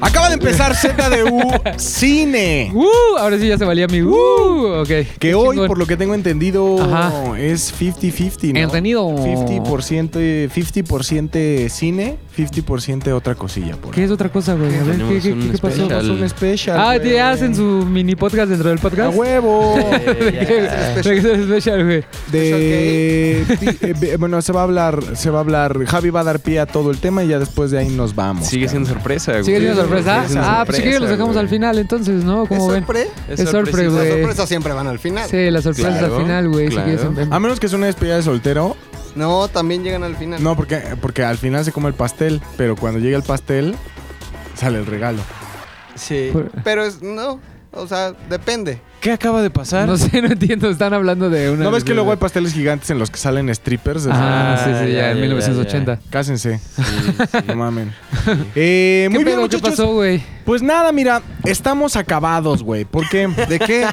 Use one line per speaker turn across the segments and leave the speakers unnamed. Acaba de empezar ZDU Cine.
Uh, ahora sí ya se valía mi uh, ok.
Que
Qué
hoy,
chingón.
por lo que tengo entendido,
Ajá.
es 50-50, ¿no?
Entendido.
50%, 50 cine, 50% otra cosilla. Por
¿Qué es otra cosa, güey? A ver,
Tenemos
¿qué, qué-
un
qué pasó?
especial.
es un special.
Ah,
güey. Ah,
te hacen su mini podcast dentro del
¡A
podcast.
huevo!
Eh, ya.
Regresar especial, güey.
De, ti- eh, be- bueno, se va a hablar, se va a hablar. Javi va a dar pie a todo el tema y ya después de ahí nos vamos.
Sigue siendo sorpresa, güey.
¿Sigue siendo
Sí,
sorpresa?
sigue
ah,
siendo
pues si
sorpresa,
quieres lo dejamos
güey.
al final entonces, ¿no?
¿Es
¿Cómo ven?
sorpre?
Es
Es sorpresa,
sorpresa.
Pues, Las
güey.
sorpresas siempre van al final.
Sí, la sorpresa
Claro,
al final, güey. Si
claro.
quieres en-
A menos que sea una despedida de soltero.
No, también llegan al final.
No, porque, porque al final se come el pastel, pero cuando llega el pastel, sale el regalo.
Sí.
Por-
Pero es, no, o sea, depende.
¿Qué acaba de pasar?
No sé, no entiendo. Están hablando de una.
¿No ves que luego hay pasteles gigantes en los que salen strippers?
Ah,
Ah,
sí, sí,
ya,
ya,
ya,
en
ya,
1980.
Cásense,
Sí, sí.
no mamen. Eh,
¿Qué
muy bien,
pedo? ¿Qué
muchachos.
pasó, güey?
Pues nada, mira, estamos acabados, güey. Porque
¿De qué?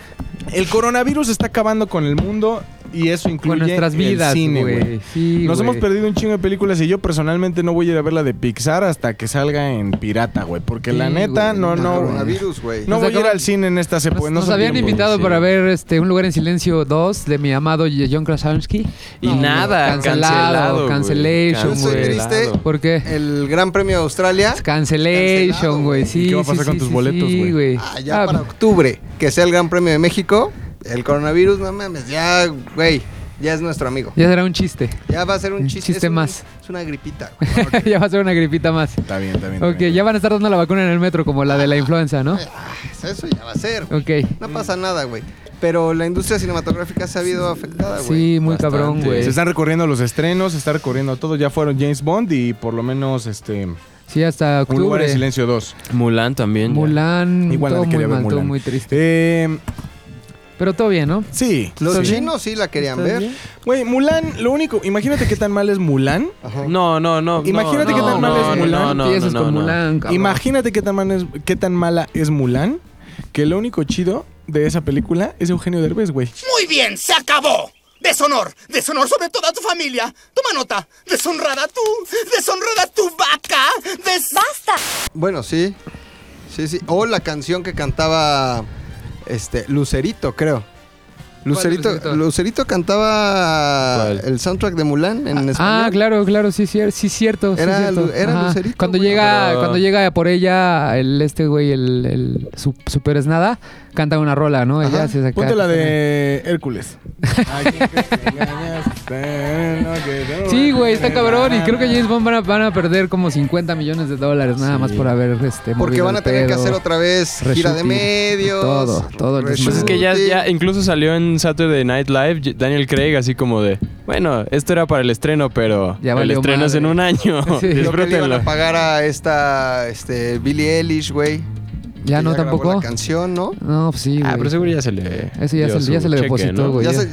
el coronavirus está acabando con el mundo y eso incluye
Con nuestras
el
vidas,
cine, güey.
güey. Sí,
Nos
güey.
hemos perdido un chingo de películas y yo personalmente no voy a ir a ver la de Pixar hasta que salga en pirata, güey. Porque la
Sí,
neta,
güey,
no,
El
no.
Coronavirus, güey.
No
Nos
voy a ir
acaban-
al cine en estas
Nos,
épocas.
Pues nos habían invitado
sí.
para ver este Un lugar en silencio 2 de mi amado John Krasinski.
Y
No,
nada,
cancelado,
cancelado.
cancellation,
güey.
Yo soy
Cancelado.
triste.
¿Por qué?
El Gran Premio de Australia. Cancelado,
Cancellation, güey.
güey.
Sí,
¿Y qué va a
sí,
pasar
sí,
con tus
sí,
boletos,
sí,
güey?
Ah, ya
Ah,
para octubre, que sea el Gran Premio de México. El coronavirus, no mames, ya, güey, ya es nuestro amigo.
Ya será un chiste.
Ya va a ser un
Un
chiste.
chiste
es un-
más.
Es una gripita, güey.
ya va a ser una gripita más.
Está bien, está bien. está
Ok,
bien.
ya van a estar dando la vacuna en el metro como la de la influenza, ¿no?
Eso ya va a ser.
Ok.
No pasa nada, güey. Pero la industria cinematográfica se ha visto afectada, Ah, güey.
Sí, muy
Bastante.
cabrón,
Se
güey.
están recorriendo los estrenos, se está recorriendo todo. Ya fueron James Bond y por lo menos este
Sí, hasta
Un lugar en
octubre.
silencio 2.
Mulan también. ya.
Mulan,
Igual
todo
nadie
muy
quería ver
mal, todo
Mulan.
muy triste.
Eh,
Pero todo bien, ¿no?
sí.
Los
¿Está bien?
chinos sí la querían ver.
Güey, Mulan, lo único, imagínate qué tan mal es Mulan.
Ah,
Ajá.
No, no, no.
Imagínate
no,
qué tan
no,
mal es
no,
Mulan.
No, no,
Empiezas
no,
con
no.
Mulan, cabrón.
Imagínate qué tan, mal es- qué tan mala es Mulan, que lo único chido de esa película es Eugenio Derbez, güey.
Muy bien, se acabó. Deshonor, deshonor sobre toda tu familia. Toma nota, deshonrada tú, deshonrada tu vaca. Des
Bueno, sí. Sí, sí. O la canción que cantaba este Lucerito, creo. Lucerito,
Lucerito?
Lucerito? cantaba
¿Cuál?
el soundtrack de Mulan en español.
Ah, claro, claro, sí, cier- sí, cierto. sí,
Era
cierto.
Lu- era
Ajá.
Lucerito,
Cuando
güey.
llega,
Pero-
cuando llega por ella el este güey, el, el su- super es nada, canta una rola, ¿no? Ella
Ajá.
se saca.
Ponte la de Hércules.
Sí, güey,
Eh,
está cabrón. Y creo que James Bond van a, van a perder como 50 millones de dólares nada más por haber este.
Porque
movido
van
el
a tener que
pedo.
hacer otra vez gira de
reshooting,
medios.
todo, todo el
Pues es que ya,
reshooting.
ya incluso salió en Saturday Night Live y- Daniel Craig así como de, bueno, esto era para el estreno, pero
Ya
el
valió
estreno es en
madre".
un año.
Sí.
Lo que le iban
Disfrútenlo.
a pagar a esta este, Billie Eilish, güey.
Ya
que
no
grabó
tampoco.
La canción, ¿no?
No, pues sí, güey.
Ah, pero seguro ya se le
Ese ya
dio
se, ya
su
se le
cheque,
depositó,
¿no?
güey.
Ya
Ya,
se-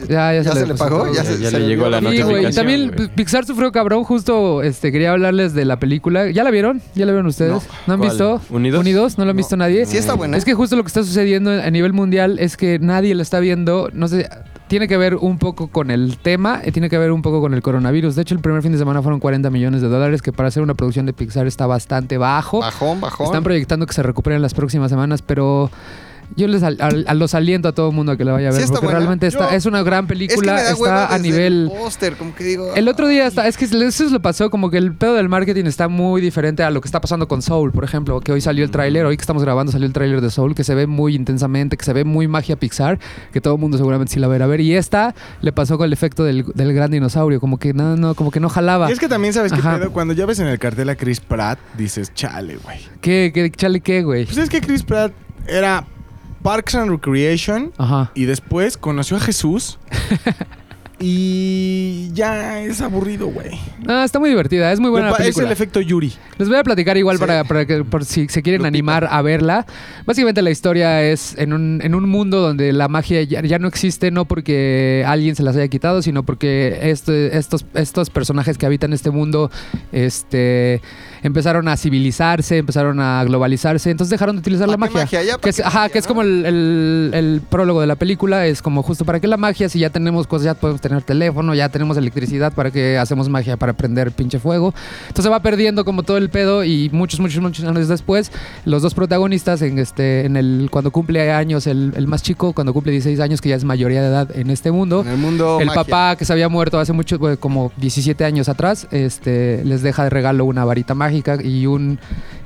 ya se le pagó,
depositó,
ya
güey.
se-
Ya, ya le
le
llegó
dio
la
la
Sí, güey.
notificación.
Y también
güey.
Pixar sufrió cabrón. Justo este, quería hablarles de la película. ¿Ya la vieron? ¿Ya la vieron ustedes? ¿No, han
¿Cuál?
visto?
¿Unidos?
¿No la han
No.
visto nadie?
Sí está buena.
Es que justo lo que está sucediendo a nivel mundial es que nadie la está viendo. No sé, tiene que ver un poco con el tema, eh, tiene que ver un poco con el coronavirus. De hecho, el primer fin de semana fueron 40 millones de dólares, que para hacer una producción de Pixar está bastante bajo.
Bajón, bajón.
Están proyectando que se recuperen las próximas semanas, pero yo les al- al- a los aliento a todo el mundo a que la vaya a ver,
Sí está
porque
buena.
realmente está,
Yo-
es una gran
Es que me
película,
da hueva
está a
desde
nivel...
El póster, como que digo.
El otro día está, es que eso es lo pasó, como que el pedo del marketing está muy diferente a lo que está pasando con Soul, por ejemplo, que hoy salió el tráiler, hoy que estamos grabando salió el tráiler de Soul, que se ve muy intensamente, que se ve muy magia Pixar, que todo el mundo seguramente sí la verá a ver. Y esta le pasó con el efecto del, del gran dinosaurio, como que no, no, como que no jalaba.
Y es que también sabes que
Ah. Ajá.
pedo, cuando ya ves en el cartel a Chris Pratt, dices, chale, güey.
¿Qué, qué, chale, qué, güey?
Pues es que Chris Pratt era Parks and Recreation
Ajá.
y después conoció a Jesús. y ya es aburrido, güey.
Ah, está muy divertida, es muy buena
Me
la
pa- Es
película.
el efecto Yuri.
Les voy a platicar igual
Sí.
para, para que por si se quieren animar a verla. Básicamente la historia es en un, en un mundo donde la magia ya, ya no existe, no porque alguien se las haya quitado, sino porque este- estos, estos personajes que habitan este mundo este, empezaron a civilizarse, empezaron a globalizarse, entonces dejaron de utilizar
¿Pa
la
qué
magia.
magia? Ya, ¿pa
que es,
qué
ajá,
magia,
que es
no?
como el, el- el prólogo de la película, es como justo para que la magia, si ya tenemos cosas, ya podemos tener teléfono, ya tenemos electricidad, para que hacemos magia, para prender pinche fuego. Entonces se va perdiendo como todo el pedo y muchos, muchos, muchos años después, los dos protagonistas, en este, en el, cuando cumple años el, el más chico, cuando cumple 16 años, que ya es mayoría de edad en este mundo,
En el mundo
el
magia.
papá que se había muerto hace mucho, bueno, como 17 años atrás, este, les deja de regalo una varita mágica y un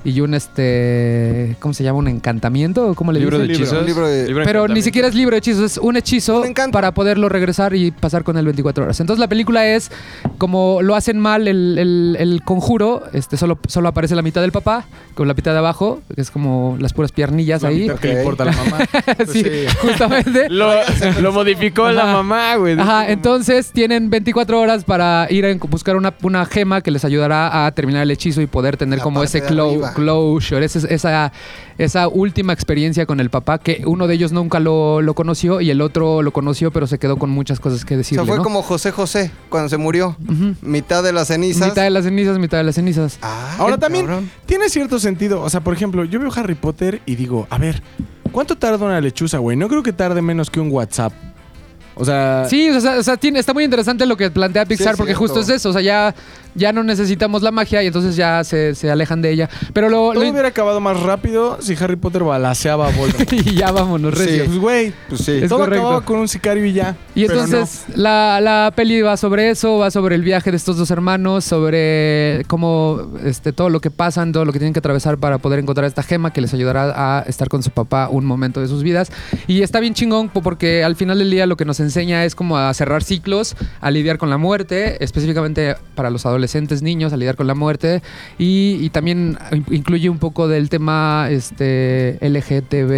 y un este, ¿cómo se llama? Un encantamiento, ¿o ¿cómo le
libro de
dicen?
hechizos.
Un libro de-
libro de
Pero ni
encantamientos.
siquiera es libro de hechizos, es un hechizo
Un encanto.
para poderlo regresar y pasar con él 24 horas. Entonces la película es como lo hacen mal el, el- el conjuro, este solo, solo aparece la mitad del papá, con la mitad de abajo, que es como las puras piernillas ahí.
que le
Ok.
importa a la mamá.
sí, justamente.
Lo, lo modificó la
Ajá.
mamá, güey.
Ajá, entonces tienen 24 horas para ir a enco- buscar una, una gema que les ayudará a terminar el hechizo y poder tener
La
como
parte
ese
de
clo-
arriba.
closure, ese- esa, esa última experiencia con el papá, que uno de ellos nunca lo, lo conoció y el otro lo conoció, pero se quedó con muchas cosas que
O
decirle,
sea, fue
¿no?
como José José cuando se murió.
Ujú.
Mitad de las cenizas.
Mitad de las cenizas, mitad de las cenizas.
Ah,
Ahora
el
también
cabrón.
tiene cierto sentido. O sea, por ejemplo, yo veo Harry Potter y digo, a ver, ¿cuánto tarda una lechuza, güey? No creo que tarde menos que un WhatsApp. O sea,
Sí, o sea, o sea, tiene- está muy interesante lo que plantea Pixar
Ah. es
porque
cierto.
justo es eso, o sea, ya, ya no necesitamos la magia y entonces ya se, se alejan de ella. Pero lo...
todo
lo-
hubiera acabado más rápido si Harry Potter balaseaba a Voldemort.
y ya vámonos,
Sí.
recio.
Pues, güey,
Pues sí.
Es
todo
correcto.
acababa con un sicario y ya.
Y
Pero
entonces la, la peli va sobre eso, va sobre el viaje de estos dos hermanos, sobre cómo este, todo lo que pasan, todo lo que tienen que atravesar para poder encontrar esta gema que les ayudará a estar con su papá un momento de sus vidas. Y está bien chingón po- porque al final del día lo que nos enseña es como a cerrar ciclos, a lidiar con la muerte, específicamente para los adolescentes, niños, a lidiar con la muerte. Y, y también in- incluye un poco del tema este,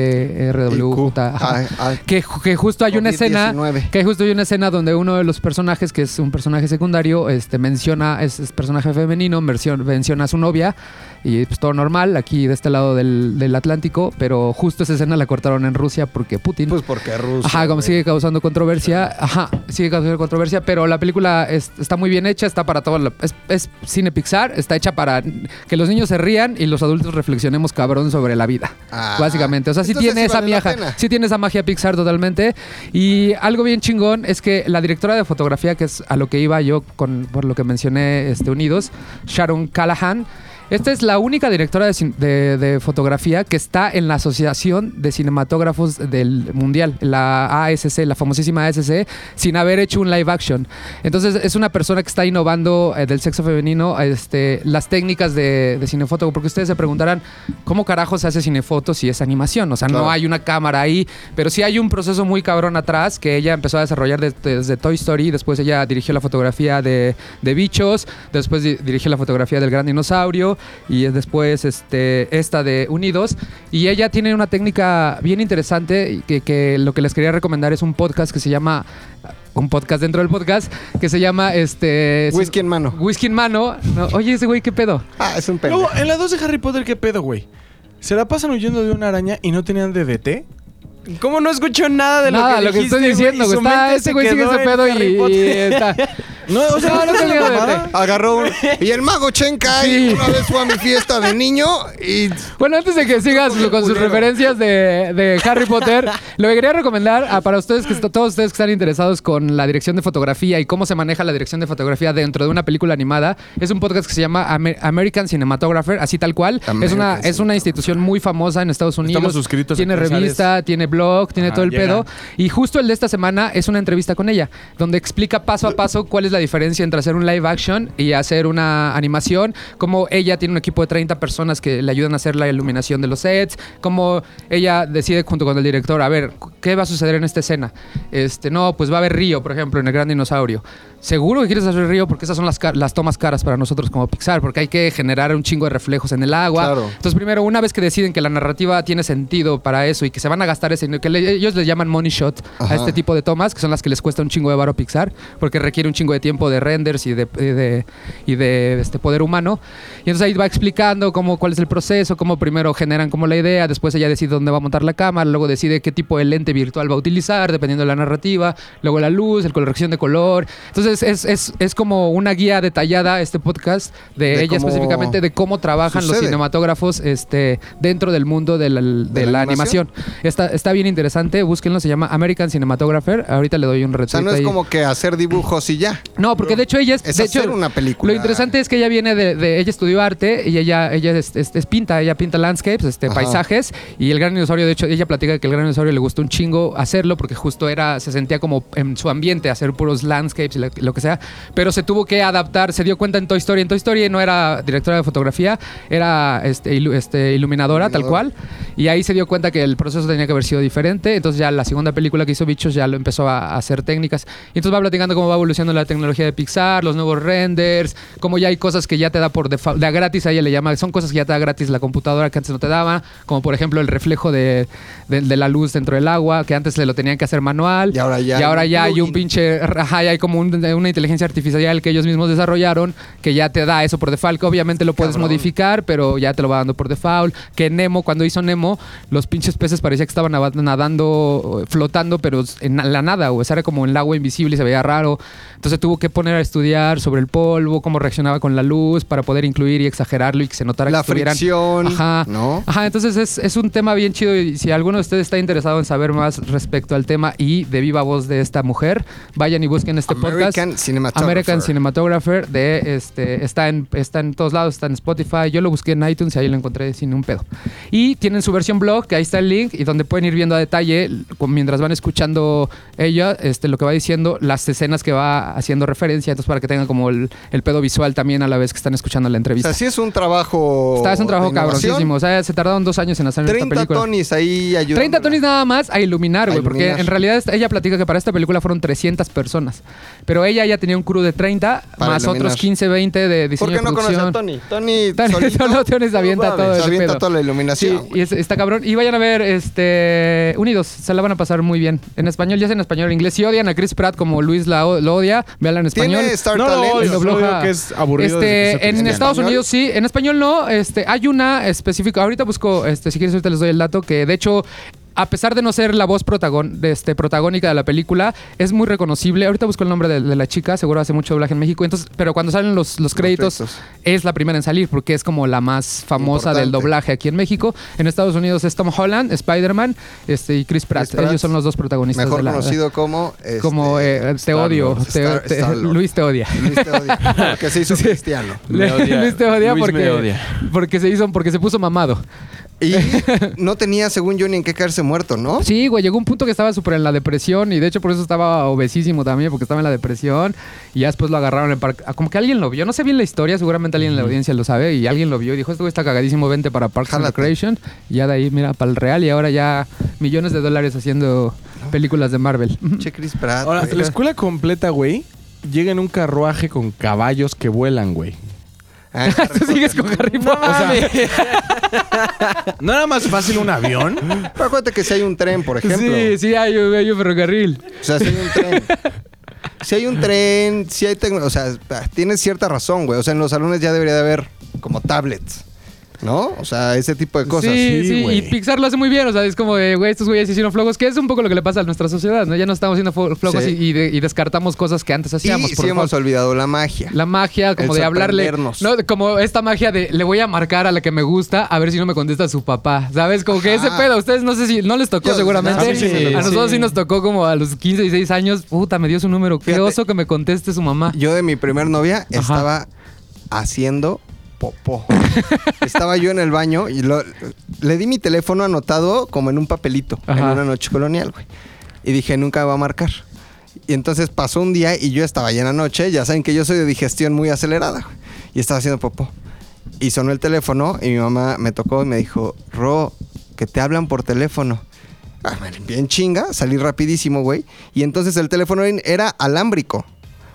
LGTBRW.
Ah, ah,
Que, ju- que justo hay una escena
19.
que justo hay una escena donde uno de los personajes, que es un personaje secundario, este, menciona, es, es personaje femenino, mencio- menciona a su novia, y pues todo normal aquí de este lado del, del Atlántico, pero justo esa escena la cortaron en Rusia porque Putin.
Pues porque ruso.
Ajá, como
güey.
sigue causando controversia. Ajá, sigue causando controversia, pero la película es- está muy bien hecha, está para todo. lo- es, es cine Pixar, está hecha para que los niños se rían y los adultos reflexionemos cabrón sobre la vida.
Ah.
Básicamente. O sea, sí
Entonces
tiene
sí
esa
vale la
magia.
pena.
Sí tiene esa magia Pixar totalmente. Y algo bien chingón es que la directora de fotografía, que es a lo que iba yo con, por lo que mencioné este, Unidos, Sharon Callahan. Esta es la única directora de, cin- de- de fotografía que está en la Asociación de Cinematógrafos del Mundial, la ASC, la famosísima ASC, sin haber hecho un live action. Entonces es una persona que está innovando eh, del sexo femenino este, las técnicas de, de cinefoto, porque ustedes se preguntarán, ¿cómo carajo se hace cinefoto si es animación? O sea, no
Claro.
hay una cámara ahí, pero sí hay un proceso muy cabrón atrás que ella empezó a desarrollar de- desde Toy Story, después ella dirigió la fotografía de, de bichos, después di- dirigió la fotografía del gran dinosaurio y eh, después este, esta de Unidos. Y ella tiene una técnica bien interesante y que, que lo que les quería recomendar es un podcast que se llama... Un podcast dentro del podcast que se llama este...
Whisky en mano.
Whisky en mano. No, oye, ese güey, ¿qué pedo?
Ah, es un
no.
pendejo.
Luego, en las dos de Harry Potter, ¿qué pedo, güey? ¿Se la pasan huyendo de una araña y no tenían DDT?
¿Cómo no escuchó nada de
Nada, lo que,
dijiste,
estoy diciendo,
Y
güey.
su
Está,
mente
ese
se
güey sigue
quedó
ese
en
pedo
Harry
y, y
Potter.
está.
No, o sea,
No,
¿esa
no
es
tenía
la
DDT.
mamada?
Agarró un... Y el mago Chenka
Sí.
una vez fue a mi fiesta de niño y...
Bueno, antes de que sigas con sus referencias de, de Harry Potter, lo que quería recomendar a- para ustedes que est- todos ustedes que están interesados con la dirección de fotografía y cómo se maneja la dirección de fotografía dentro de una película animada, es un podcast que se llama Amer- American Cinematographer, así tal cual. es
American
una es una institución muy famosa en Estados Unidos.
Estamos suscritos a
Tiene
Empresarios.
revista, tiene blog, tiene
Ajá,
todo el
llega.
pedo. Y justo el de esta semana es una entrevista con ella, donde explica paso a paso cuál es la diferencia entre hacer un live action y hacer una animación, cómo ella tiene un equipo de 30 personas que le ayudan a hacer la iluminación de los sets, cómo ella decide junto con el director, a ver, ¿qué va a suceder en esta escena? Este, no, pues va a haber río, por ejemplo, en el Gran Dinosaurio. Seguro que quieres hacer río porque esas son las, ca- las tomas caras para nosotros como Pixar, porque hay que generar un chingo de reflejos en el agua.
Claro.
Entonces, primero, una vez que deciden que la narrativa tiene sentido para eso y que se van a gastar ese, que le- ellos le llaman money shot
Ajá.
a este tipo de tomas, que son las que les cuesta un chingo de varo Pixar, porque requiere un chingo de tiempo de renders y de, y de, y de, este poder humano. Y entonces ahí va explicando cómo, cuál es el proceso, cómo primero generan como la idea, después ella decide dónde va a montar la cámara, luego decide qué tipo de lente virtual va a utilizar, dependiendo de la narrativa, luego la luz, el corrección de color. Entonces es, es, es como una guía detallada este podcast de,
De
ella
cómo
específicamente de cómo trabajan los
sucede.
cinematógrafos este, dentro del mundo de la, de
¿De
la
la
animación.
animación?
Está, está bien interesante, búsquenlo, se llama American Cinematographer. Ahorita le doy un retweet
O sea, no es
ahí.
como que hacer dibujos y ya.
No, porque de hecho ella es,
Es
de
hacer
hecho,
una película.
Lo interesante es que ella viene de, de- ella estudió arte y ella ella es, es- es pinta, ella pinta landscapes, este
Ajá.
paisajes y el gran dinosaurio de hecho ella platica que el gran dinosaurio le gustó un chingo hacerlo porque justo era se sentía como en su ambiente hacer puros landscapes y lo, lo que sea, pero se tuvo que adaptar, se dio cuenta en Toy Story, en Toy Story no era directora de fotografía, era este, ilu- este, iluminadora tal cual
Iluminadora.
y ahí se dio cuenta que el proceso tenía que haber sido diferente. Entonces ya la segunda película que hizo Bichos ya lo empezó a a hacer técnicas. Y entonces va platicando cómo va evolucionando la tecnología de Pixar, los nuevos renders, cómo ya hay cosas que ya te da por default, da gratis, a ella le llama, son cosas que ya te da gratis la computadora que antes no te daba, como por ejemplo el reflejo de, de- de la luz dentro del agua, que antes se lo tenían que hacer manual.
Y ahora ya
Y ahora
hay un
ya hay un
plugin.
pinche, ajá, ya hay como un- una inteligencia artificial que ellos mismos desarrollaron que ya te da eso por default, que obviamente lo puedes
Cabrón.
modificar identificar, pero ya te lo va dando por default. Que Nemo, cuando hizo Nemo, los pinches peces parecía que estaban nava- nadando, eh, flotando, pero en la nada, o sea, era como en el agua invisible y se veía raro. Entonces tuvo que poner a estudiar sobre el polvo, cómo reaccionaba con la luz, para poder incluir y exagerarlo y que se notara
La
que estuvieran-
fricción,
Ajá.
¿no?
Ajá, entonces es, es un tema bien chido y si alguno de ustedes está interesado en saber más respecto al tema y de viva voz de esta mujer, vayan y busquen este podcast.
American Cinematographer.
American Cinematographer de este está en está en todos lados, está en Spotify. Yo lo busqué en iTunes y ahí lo encontré sin un pedo. Y tienen su versión blog, que ahí está el link y donde pueden ir viendo a detalle l- con- mientras van escuchando ella este lo que va diciendo, las escenas que va haciendo referencia, entonces para que tengan como el, el pedo visual también a la vez que están escuchando la
O
entrevista.
sea, sí es un trabajo.
Está, es un trabajo
de innovación.
cabrosísimo. O sea, se tardaron dos años en hacer esta
30
película.
tonis ahí ayudando.
30 Tonys nada más a iluminar,
A
güey, porque
iluminar.
en realidad esta- ella platica que para esta película fueron 300 personas, pero ella ya tenía un crew de 30
Para
más
iluminar.
otros 15, 20 de diseño
¿Por qué
de
no conoces a
producción.
Tony? Tony.
Tony-
solito
solo Tony se avienta
No
todo
mames,
ese
Se avienta
pedo.
toda la iluminación.
Sí, y es- está cabrón. Y vayan a ver este Unidos, se la van a pasar muy bien. En español, ya es en español, en inglés. Si odian a Chris Pratt como Luis la o- lo odia, véanla en español.
Tiene Star
No lo
Talent.
odio,
lo
solo
bloja.
digo que es aburrido. desde que se
Este, en
principio.
presenta.
Estados
¿En español?
Unidos sí, en español no. Este, hay una específica. Ahorita busco, este, si quieres ahorita les doy el dato que de hecho. A pesar de no ser la voz protagon, de este, protagónica de la película, es muy reconocible. Ahorita busco el nombre de, de la chica, seguro hace mucho doblaje en México. Entonces, pero cuando salen los, los créditos,
créditos.
es la primera en salir porque es como la más famosa del
Importante.
doblaje aquí en México. En Estados Unidos es Tom Holland, Spider-Man este, y Chris Pratt.
Pratt,
Ellos son los dos protagonistas.
Mejor
de la,
conocido como. este,
como eh, Te
Star-Lord.
odio. te-
Star-
te-
Star-Lord.
Luis te odia.
Luis te odia, que se hizo cristiano.
Me odia.
Luis te este odia
Luis
porque,
me odia.
porque se hizo, porque se puso mamado.
Y no tenía, según yo, ni en qué caerse muerto, ¿no?
Sí, güey, llegó un punto que estaba súper en la depresión y de hecho por eso estaba obesísimo también, porque estaba en la depresión y ya después lo agarraron en Park. ah, Como que alguien lo vio, no sé bien la historia, seguramente alguien en la audiencia lo sabe y alguien lo vio y dijo, este güey está cagadísimo, vente para Parks and
Jálate.
Recreation. Y ya de ahí, mira, para el Real y ahora ya millones de dólares haciendo películas de Marvel.
Che, Chris Pratt.
Ahora,
güey.
la escuela completa, güey, llega en un carruaje con caballos que vuelan, güey.
Ah,
Tú sigues con Harry Potter.
O sea, ¿no era más fácil un avión?
pero acuérdate que si hay un tren, por ejemplo.
sí, sí, hay, un- hay un ferrocarril.
O sea, si hay un tren. Si hay un tren, si hay tecnología. O sea, ah, tienes cierta razón, güey. O sea, en los salones ya debería de haber como tablets, ¿no? O sea, ese tipo de cosas.
Sí,
Sí,
sí,
güey.
y Pixar lo hace muy bien, o sea, es como de, güey, estos güeyes hicieron flojos, que es un poco lo que le pasa a nuestra sociedad, ¿no? Ya no estamos haciendo fo- flojos
Sí.
y, y de- y descartamos cosas que antes
Y
hacíamos. por
sí hemos
favor.
olvidado la magia.
la magia, como
El
de hablarle,
sorprendernos.
no, como esta magia de le voy a marcar a la que me gusta a ver si no me contesta su papá, ¿sabes? Como que ese
Ajá.
pedo, a ustedes no sé si no les tocó
Yo-
seguramente,
a
a,
mí sí
me tocó.
nosotros sí.
Sí.
nos tocó como a los 15 y 6 años, puta, me dio su número, qué
Fíjate.
oso que me conteste su mamá.
Yo de mi primer novia estaba haciendo popó. estaba yo en el baño y lo- le di mi teléfono anotado como en un papelito en
Ajá.
una noche colonial, güey. Y dije, nunca me va a marcar. Y entonces pasó un día y yo estaba ya en la noche. Ya saben que yo soy de digestión muy acelerada, güey. Y estaba haciendo popó. Y sonó el teléfono y mi mamá me tocó y me dijo, Ro, que te hablan por teléfono. Ah, me limpié en chinga, salí rapidísimo, güey. Y entonces el teléfono era alámbrico.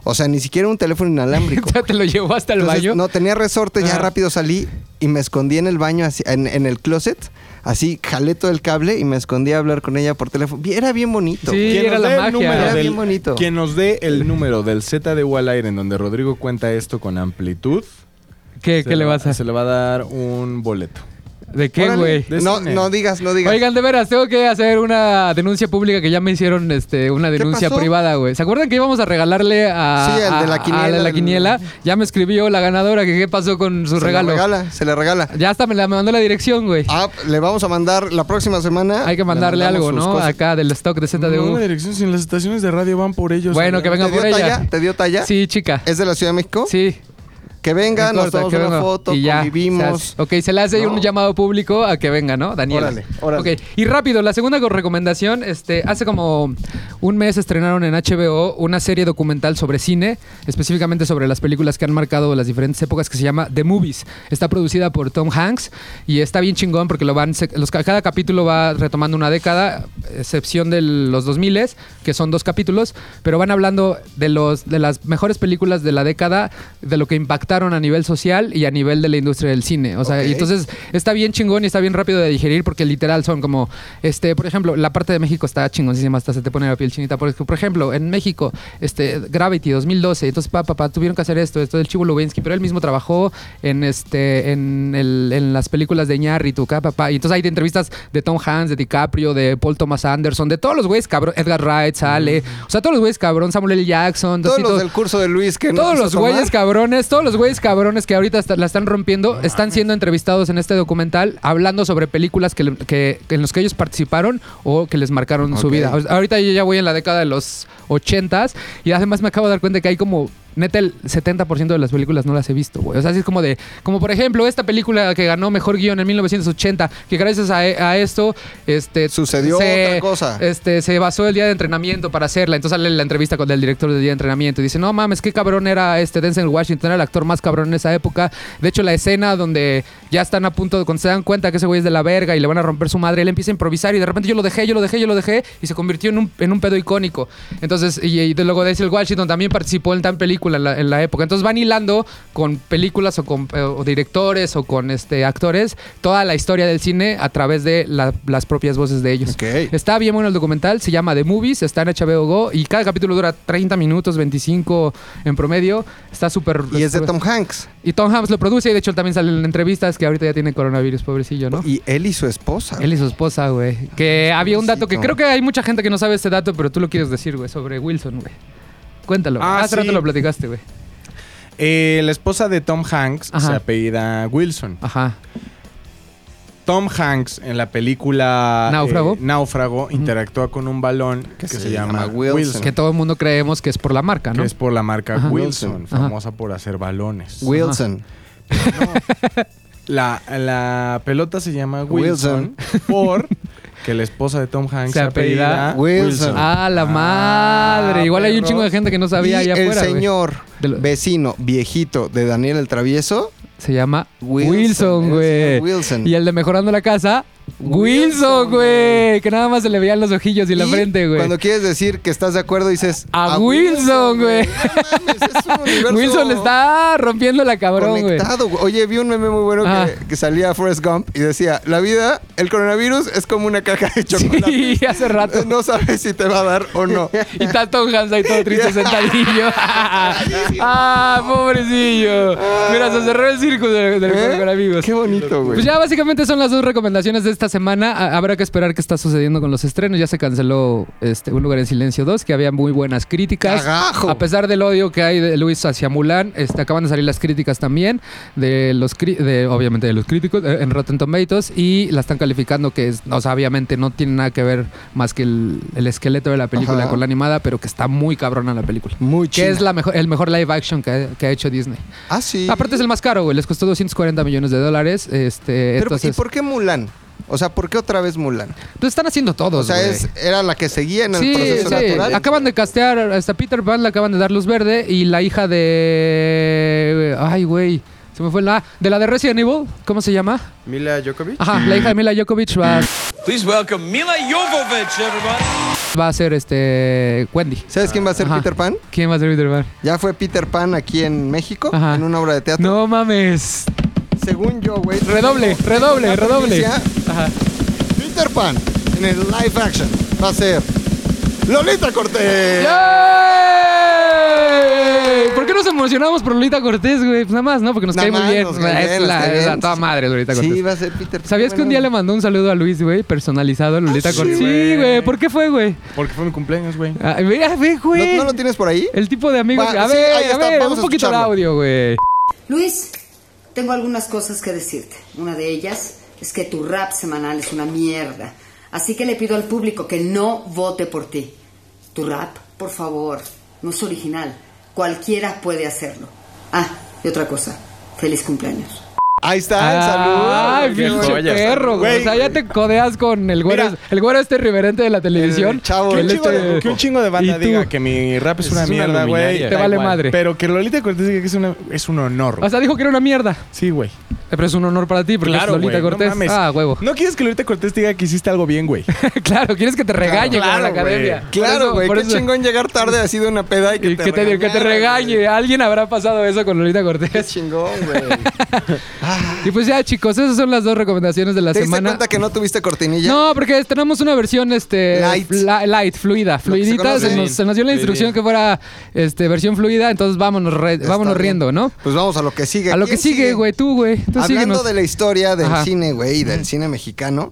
O sea, ni siquiera un teléfono inalámbrico.
Ya te lo llevó hasta el
Entonces,
baño. Ah.
No, tenía resorte, ya
Ajá.
rápido salí y me escondí en el baño, así, en, en el closet, así jalé todo el cable y me escondí a hablar con ella por teléfono. Y Era bien bonito.
Sí,
Quien
era
nos
la
dé el
magia.
número
Era
del-
bien bonito.
Quien nos dé el número del Z de U al aire en donde Rodrigo cuenta esto con amplitud.
¿Qué,
se
¿qué le vas a
Se
hacer?
le va a dar un boleto.
¿De qué,
Órale.
güey?
De
No,
cine.
no digas, no digas.
Oigan, de veras, tengo que hacer una denuncia pública que ya me hicieron este, una denuncia
pasó?
privada, güey. ¿Se acuerdan que íbamos a regalarle a,
Sí, al de la
a- a
quiniela,
la
el-
quiniela? Ya me escribió la ganadora que qué pasó con su
se
regalo.
le regala, se le regala.
Ya hasta me, la, me mandó la dirección, güey.
Ah, le vamos a mandar la próxima semana.
Hay que
le
mandarle
mandamos
algo,
sus
¿no?
cosas.
Acá del stock de
No,
ZDU.
una dirección sin las estaciones de radio van por ellos.
bueno, que venga
¿Te dio
por ella.
talla? ¿Te dio talla?
Sí, chica.
¿Es de la Ciudad de México?
Sí.
Que venga,
No
nos
importa,
tomamos
que
una
venga.
foto,
Y ya,
convivimos.
se hace. ok, se le hace
¿No?
un llamado público a que venga, ¿no? Daniel.
Órale, órale.
Ok, y rápido, la segunda co- recomendación, este, hace como un mes estrenaron en HBO una serie documental sobre cine, específicamente sobre las películas que han marcado las diferentes épocas que se llama The Movies. Está producida por Tom Hanks y está bien chingón porque lo van, se- los, ca- cada capítulo va retomando una década, excepción de los 2000 que son dos capítulos, pero van hablando de los de las mejores películas de la década, de lo que impactaron a nivel social y a nivel de la industria del cine. O sea,
Ok.
y entonces está bien chingón y está bien rápido de digerir porque literal son como, este, por ejemplo, la parte de México está chingoncísima, hasta se te pone la piel chinita. Porque, por ejemplo, en México, este, Gravity 2012, entonces papá, papá, tuvieron que hacer esto, esto del Chivo Lubinsky, pero él mismo trabajó en este, en, el- en las películas de Ñarritu, papá. Y entonces hay de entrevistas de Tom Hanks, de DiCaprio, de Paul Thomas Anderson, de todos los güeyes cabrón, Edgar Wright, Sale, o sea, todos los güeyes cabrón, Samuel L. Jackson,
Todos
así,
los
todo-
del curso de Luis que nos
todos
hizo
los
tomar.
güeyes cabrones, todos los güeyes cabrones que ahorita está- la están rompiendo, están siendo entrevistados en este documental hablando sobre películas que, le- que- que en los que ellos participaron o que les marcaron su
Ok.
vida. O- Ahorita yo ya voy en la década de los 80s y además me acabo de dar cuenta que hay como neta el 70% de las películas no las he visto, güey. O sea, así es como de como por ejemplo esta película que ganó mejor guión en 1980, que gracias a, e, a esto este
Sucedió otra cosa.
este, se basó el día de entrenamiento para hacerla. Entonces sale la entrevista con el director del día de entrenamiento y dice, no mames, qué cabrón era este Denzel Washington, era el actor más cabrón en esa época. De hecho, la escena donde ya están a punto, de, cuando se dan cuenta que ese güey es de la verga y le van a romper su madre, él empieza a improvisar y de repente yo lo dejé, yo lo dejé, yo lo dejé y se convirtió en un, en un pedo icónico. Entonces, y, y de- luego Denzel Washington también participó en tan película en la, en la época. Entonces van hilando con películas o con eh, o directores o con este actores toda la historia del cine a través de la- las propias voces de ellos.
Ok.
Está bien bueno el documental, se llama The Movies, está en HBO Go y cada capítulo dura 30 minutos, 25 en promedio. Está súper...
Y es de Tom Hanks.
Y Tom Hanks lo produce y de hecho él también sale en entrevistas que ahorita ya tiene coronavirus, pobrecillo, ¿no?
Y él y su esposa.
Él y su esposa, güey. Que había un dato que
pobrecito.
creo que hay mucha gente que no sabe este dato, pero tú lo quieres decir, güey, sobre Wilson, güey. Cuéntalo.
Ah,
Hace rato
sí.
lo platicaste, güey.
Eh, la esposa de Tom Hanks
Ajá.
se apellida Wilson.
Ajá.
Tom Hanks en la película
Náufrago.
eh, Náufrago interactúa con un balón que, se, llama, Wilson.
Que todo el mundo creemos que es por la marca,
que
¿no?
es por la marca
Ajá.
Wilson,
Ajá.
famosa por hacer balones.
Wilson.
La, la pelota se llama Wilson, por que la esposa de Tom Hanks
Se
se apellida
apellida
Wilson.
Wilson.
Ah, la
Ah,
madre. Igual hay un
perro.
chingo de gente que no sabía
y
allá
el
afuera. güey.
señor
De lo-
vecino viejito de Daniel el Travieso.
Se llama
Wilson,
Wilson,
el
güey.
señor Wilson.
Y el de Mejorando la Casa, Wilson,
Wilson,
güey. Que nada más se le veían los ojillos y, la
Y
frente, güey.
Cuando quieres decir que estás de acuerdo, dices.
A Wilson, güey".
No mames, es un universo
Wilson está rompiendo la cabrón, güey.
Conectado, güey. Oye, vi un meme muy bueno
Ah.
que, que salía Forrest Gump y decía: La vida, el coronavirus es como una caja de chocolate.
Sí, hace rato.
No sabes si te va a dar o no.
Y está Tom Hanks ahí todo triste sentadillo. ah, pobrecillo. Mira, se cerró el círculo del, del
¿Eh?
con amigos.
Qué bonito, güey.
Pues ya básicamente son las dos recomendaciones de esta semana. A- habrá que esperar qué está sucediendo con los estrenos. Ya se canceló este, Un lugar en silencio 2, que había muy buenas críticas.
Cagajo.
A pesar del odio que hay de Luis hacia Mulan, este, acaban de salir las críticas también de los cri- de obviamente de los críticos eh, en Rotten Tomatoes y la están calificando que es, o sea, obviamente no tiene nada que ver más que el, el esqueleto de la película
Ajá.
con la animada, pero que está muy cabrona la película.
Muy
Que es
china.
la mejor, el mejor live action que ha- que ha hecho Disney.
Ah, sí.
Aparte es el más caro, güey. Les costó 240 millones de dólares. Este,
Pero, ¿Y
entonces,
por qué Mulan? O sea, ¿por qué otra vez Mulan?
pues están haciendo todos,
O sea,
Pues, güey.
es, era la que seguía en el
Sí,
proceso
sí.
natural.
Acaban de castear hasta Peter Pan, le acaban de dar luz verde y la hija de ay, güey, se me fue la de la de Resident Evil, ¿cómo se llama?
Mila Djokovic.
Ajá, la hija de Mila Djokovic va
Please welcome Mila Jovovich, everybody.
va a ser este Wendy.
¿Sabes quién va a ser
Ajá.
Peter Pan?
¿Quién va a ser Peter Pan?
Ya fue Peter Pan aquí en México,
Ajá.
en una obra de teatro.
No mames.
Según yo, güey.
Redoble, redoble,
La
redoble.
primicia,
Ajá.
Peter Pan en el live action va a ser Lolita Cortés.
¡Yay! ¿Por qué nos emocionamos por Lolita Cortés, güey? Pues nada más, ¿no? Porque nos
Nada
cae muy
más,
bien.
nos cae
Es
bien, nos
la-
cae
es la
bien.
toda madre Lolita Cortés.
Sí, va a ser Peter Pan.
¿Sabías que un día le mandó un saludo a Luis, güey? Personalizado a Lolita
Ah, sí,
Cortés. Sí,
güey.
güey. ¿Por qué fue, güey?
Porque fue mi cumpleaños, güey.
Ah, mira, ve, güey.
¿No, no lo tienes por ahí?
El tipo de amigos.
Va,
a
sí,
ver,
ahí
a
está,
ver,
vamos
un
a
poquito el
escucharlo.
audio, güey.
Luis, tengo algunas cosas que decirte. Una de ellas es que tu rap semanal es una mierda. Así que le pido al público que no vote por ti. Tu rap, por favor, no es original. Cualquiera puede hacerlo. Ah, y otra cosa. Feliz cumpleaños.
Ahí está, el saludo.
Ay,
Qué
pinche
joya.
perro, güey.
Güey.
O sea, ya te codeas con el güero,
Mira.
el güero este irreverente de la televisión.
El chavo,
que
Que
el
un,
él
chingo de,
este-
que un chingo de
¿Y
banda
tú?
diga que mi rap es
Es
una
una
mierda, güey.
luminaria.
Te
da
vale
igual.
madre.
Pero que Lolita Cortés diga que es, una, es un honor.
O
güey.
sea, dijo que era una mierda.
Ah, sí, güey.
Pero es un honor para ti porque
Claro,
es Lolita
güey, no
Cortés.
mames.
ah, huevo.
No quieres que Lolita Cortés diga que hiciste algo bien, güey.
claro, quieres que te regañe
Claro,
como la
güey.
academia. Por
Claro,
eso-
güey.
por
Qué
eso-
chingón llegar tarde así de una peda y que
Y
te
que te, que te regañe. Alguien habrá pasado eso con Lolita
Qué
Cortés.
chingón, güey.
Y pues ya, chicos, esas son las dos recomendaciones de la
¿Te diste
semana.
cuenta que no tuviste cortinilla?
No, porque tenemos una versión este
Light.
fla- light, fluida,
se
fluidita.
conoce.
Se nos, se nos dio la
Fluidín.
instrucción que fuera este versión fluida, entonces vámonos, re-
Está
vámonos
bien.
riendo, ¿no?
Pues vamos a lo que sigue.
A lo que
¿Quién
sigue, güey, tú, güey. Tú
Hablando
síguenos.
de la historia del
Ajá.
cine, güey, y del cine mexicano,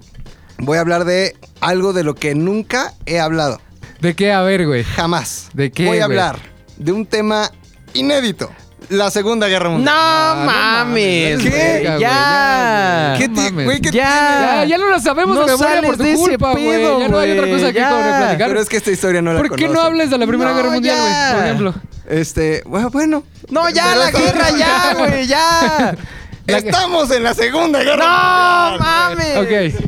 voy a hablar de algo de lo que nunca he hablado.
¿De qué? A ver, güey.
Jamás.
¿De qué,
Voy a
güey?
hablar de un tema inédito. La Segunda Guerra Mundial.
no mames,
¿Qué?
güey,
Ya.
ya,
¿Qué
no
ti-
mames.
güey, qué
Ya,
ya.
ya no lo sabemos
No
de memoria
sales
por tu
de ese
culpa, güey.
pedo,
Ya no hay otra
güey,
cosa que
ya.
sobre platicar.
Pero es que esta historia no la
¿Por qué no
conocen.
hables de la Primera
No,
Guerra Mundial, güey?
ya.
Por ejemplo.
Este, bueno, bueno.
No, ya,
Pero
la
estamos-
guerra, ya, güey, ya.
Estamos en la Segunda Guerra
¡No mames!
Mundial.
Ok.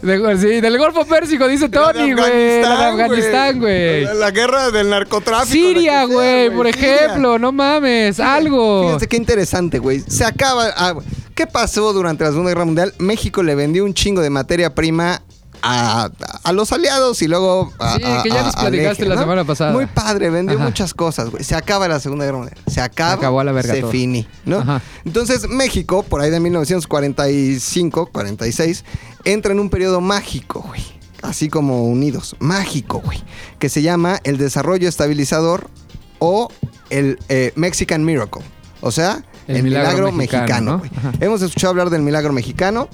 De- sí, del Golfo Pérsico, dice
La de
Tony, güey. La de Afganistán,
La,
güey.
la guerra del narcotráfico.
Siria,
la que sea,
güey, por
Siria.
ejemplo, no mames, algo.
Fíjense qué interesante, güey. Se acaba. ah, ¿Qué pasó durante la Segunda Guerra Mundial? México le vendió un chingo de materia prima a, a los aliados y luego a.
Sí,
a-
que ya
a-
nos
al
platicaste la semana pasada.
Muy padre, vendió
Ajá.
muchas cosas, güey. Se acaba la Segunda Guerra Mundial. Se acaba.
acabó a la verga
Se
todo.
finí, ¿no?
Ajá.
Entonces, México, por ahí de 1945, 46, entra en un periodo mágico, güey. Así como unidos. Mágico, güey. Que se llama el desarrollo estabilizador o el eh, Mexican Miracle. O sea,
El
el,
milagro
milagro,
mexicano,
mexicano.
¿no?
güey.
Ajá.
Hemos escuchado hablar del milagro mexicano.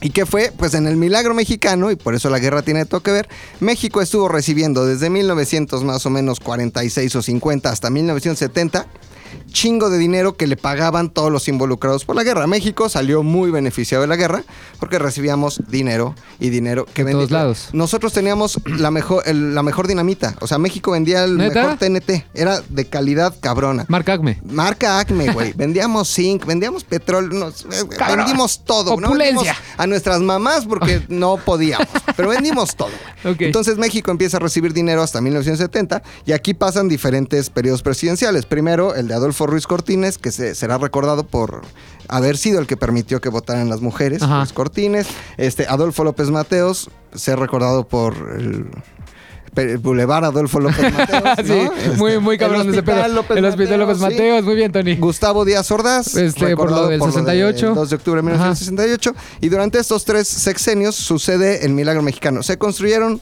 ¿Y qué fue? Pues en el milagro mexicano, y por eso la guerra tiene todo que ver, México estuvo recibiendo desde 1900 más o menos 46 o 50 hasta 1970 chingo de dinero que le pagaban todos los involucrados por la guerra. México salió muy beneficiado de la guerra porque recibíamos dinero y dinero que
De todos
bendito.
lados.
Nosotros teníamos la mejor, el- la mejor dinamita. O sea, México vendía el
¿Neta?
mejor TNT. Era de calidad cabrona.
Marc Acme.
Marca Acme, güey. Vendíamos zinc, vendíamos petróleo, nos- eh,
Cabrón.
vendimos todo. ¿no?
Opulencia.
Vendimos a nuestras mamás porque no podíamos, pero vendimos todo. güey.
Ok.
Entonces México empieza a recibir dinero hasta 1970 y aquí pasan diferentes periodos presidenciales. Primero, el de Adolfo Ruiz Cortines, que se, será recordado por haber sido el que permitió que votaran las mujeres.
Ajá.
Ruiz Cortines. Este, Adolfo López Mateos, ser recordado por el... el Boulevard Adolfo López Mateos. ¿no?
sí, muy,
Este,
muy cabrón
el
ese pedo.
Hospital López
el hospital López
Mateos, sí.
Mateos, muy bien, Tony.
Gustavo Díaz Ordaz,
Este, por
recordado
lo del 68.
del 2 de octubre de
Ajá.
1968. Y durante estos tres sexenios sucede el milagro mexicano. Se construyeron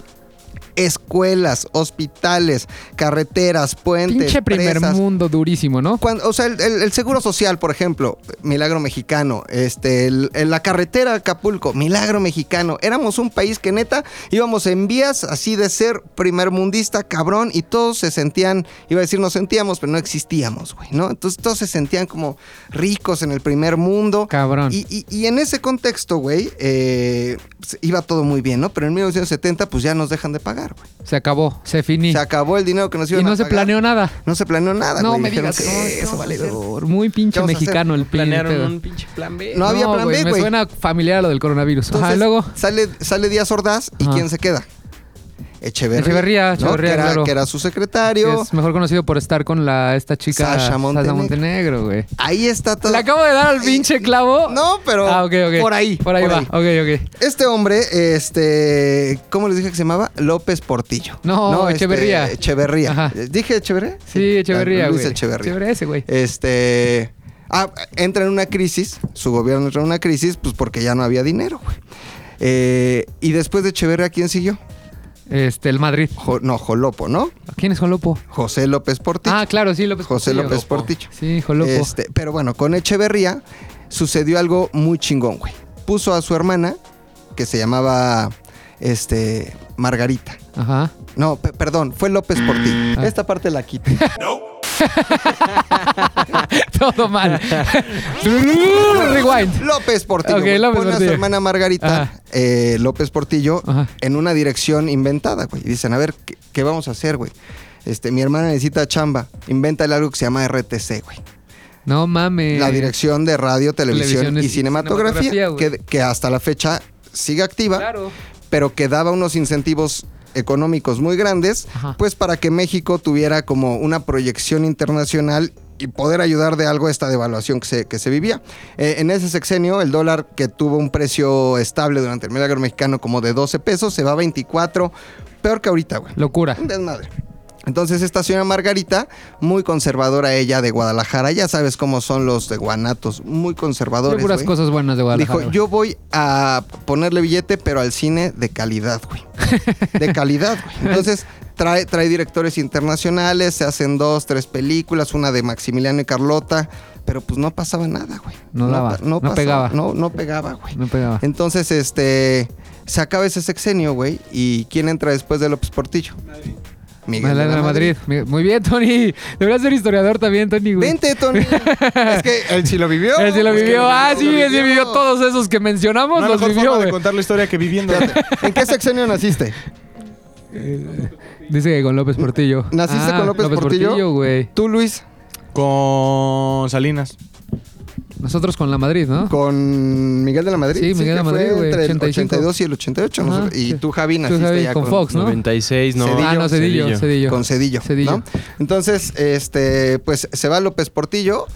escuelas, hospitales, carreteras, puentes,
Pinche primer
presas.
mundo durísimo, ¿no?
Cuando- o sea, el, el- el seguro social, por ejemplo, milagro mexicano. Este, el- el- la carretera a Acapulco, milagro mexicano. Éramos un país que neta íbamos en vías así de ser primer mundista, cabrón, y todos se sentían, iba a decir nos sentíamos, pero no existíamos, güey, ¿no? Entonces todos se sentían como ricos en el primer mundo.
Cabrón.
Y, y- y en ese contexto, güey, eh, pues, iba todo muy bien, ¿no? Pero en 1970, pues ya nos dejan de pagar, güey.
Se acabó, se finí.
Se acabó el dinero que nos iban
y no
a
se
pagar.
planeó nada.
No se planeó nada,
no
güey.
me
Dijeron
digas
que
"Ay, ¿qué
eso,
vamos a
vale,
hacer?". Muy pinche
¿Qué vamos a hacer?
mexicano el
Planearon
pinche
un pinche plan B.
No había plan
güey,
B,
Me
güey.
suena familiar a lo del coronavirus. Ajá,
Entonces,
luego.
Sale, sale Díaz Ordaz y
Ajá.
¿quién se queda? Echeverría.
Echeverría,
¿no?
Echeverría,
que, era,
claro.
que era su
Que
secretario.
es mejor conocido por estar con la esta chica
Sasha Montenegro.
Montenegro, güey.
Ahí está todo.
Le acabo de dar al pinche clavo.
No, pero
Ah, ok, ok.
por ahí,
Por ahí
por
va.
ahí.
Ok, ok.
Este hombre, este, ¿cómo les dije que se llamaba? López Portillo.
No,
este,
Echeverría.
Echeverría.
Ajá.
¿Dije Echeverría? Ah,
Sí, Echeverría,
Luis
güey.
Echeverría.
Echeverría ese, güey.
Este, ah, entra en una crisis, su gobierno entra en una crisis, pues porque ya no había dinero, güey. Eh, y después de Echeverría, ¿quién siguió?
Este, el Madrid.
Jo- no, Jolopo, ¿no?
¿Quién es Jolopo?
José López Portillo.
Ah, claro, sí, López
José
Portillo.
López Portillo.
Sí, Jolopo.
Este, pero bueno, con Echeverría sucedió algo muy chingón, güey. Puso a su hermana, que se llamaba este, Margarita.
Ajá.
No, pe- perdón, fue López Portillo.
Ah.
Esta parte la quité.
Todo mal. Rewind.
López Portillo.
Ok,
güey.
López
Pone a
Portillo.
su hermana Margarita,
Ajá.
eh, López Portillo,
Ajá.
en una dirección inventada, güey. Y dicen, a ver, ¿qué, qué vamos a hacer, güey? Este, mi hermana necesita chamba. Invéntale algo que se llama RTC, güey.
No mames.
la dirección de radio, televisión
Eh, Televisión
y
y
cinematografía,
cinematografía, güey.
que, que hasta la fecha sigue activa,
Claro.
pero que daba unos incentivos económicos muy grandes,
Ajá.
pues para que México tuviera como una proyección internacional y poder ayudar de algo a esta devaluación que se, que se vivía. Eh, en ese sexenio, el dólar que tuvo un precio estable durante el milagro mexicano como de 12 pesos, se va a 24, peor que ahorita, güey.
Locura.
Un desmadre. Entonces esta señora Margarita, muy conservadora ella de Guadalajara, ya sabes cómo son los de Guanatos, muy
Yo
conservadores.
puras
güey.
cosas buenas de Guadalajara.
Dijo, yo voy a ponerle billete, pero al cine de calidad, güey. De calidad, güey. Entonces trae, trae directores internacionales, se hacen dos, tres películas, una de Maximiliano y Carlota, pero pues no pasaba nada, güey.
No daba,
pa-
no
pasaba,
pegaba.
No, no pegaba, güey.
güey. No pegaba.
Entonces, este, se acaba ese sexenio, güey. ¿Y quién entra después de López Portillo? Miguel
Madre de la Madrid. Mi- Muy bien, Tony. Deberías ser historiador también, Tony, güey.
Vente, Tony. es que él sí lo vivió.
Él sí lo
Es que
vivió. Ah, sí, él sí
vivió.
vivió todos esos que mencionamos,
No hay
los
mejor
vivió,
forma de
güey.
contar la historia que viviendo.
Espérate, ¿En qué sexenio naciste?
Dice que con López Portillo.
¿Naciste
Ah,
con López Portillo?
güey.
Tú, Luis,
Con Salinas.
Nosotros con la Madrid, ¿no?
con Miguel de la Madrid.
Sí, Miguel de la
que
Madrid,
fue
güey,
entre el
85.
82 y el 88.
Ajá,
nosotros- y
sí.
tú, Javi,
Tú,
naciste
Javi,
ya
con
con
Fox, ¿no?
96, no.
Cedillo.
ah, no, Cedillo, Cedillo.
Con Cedillo,
Cedillo.
¿no? Entonces, este, pues se va López Portillo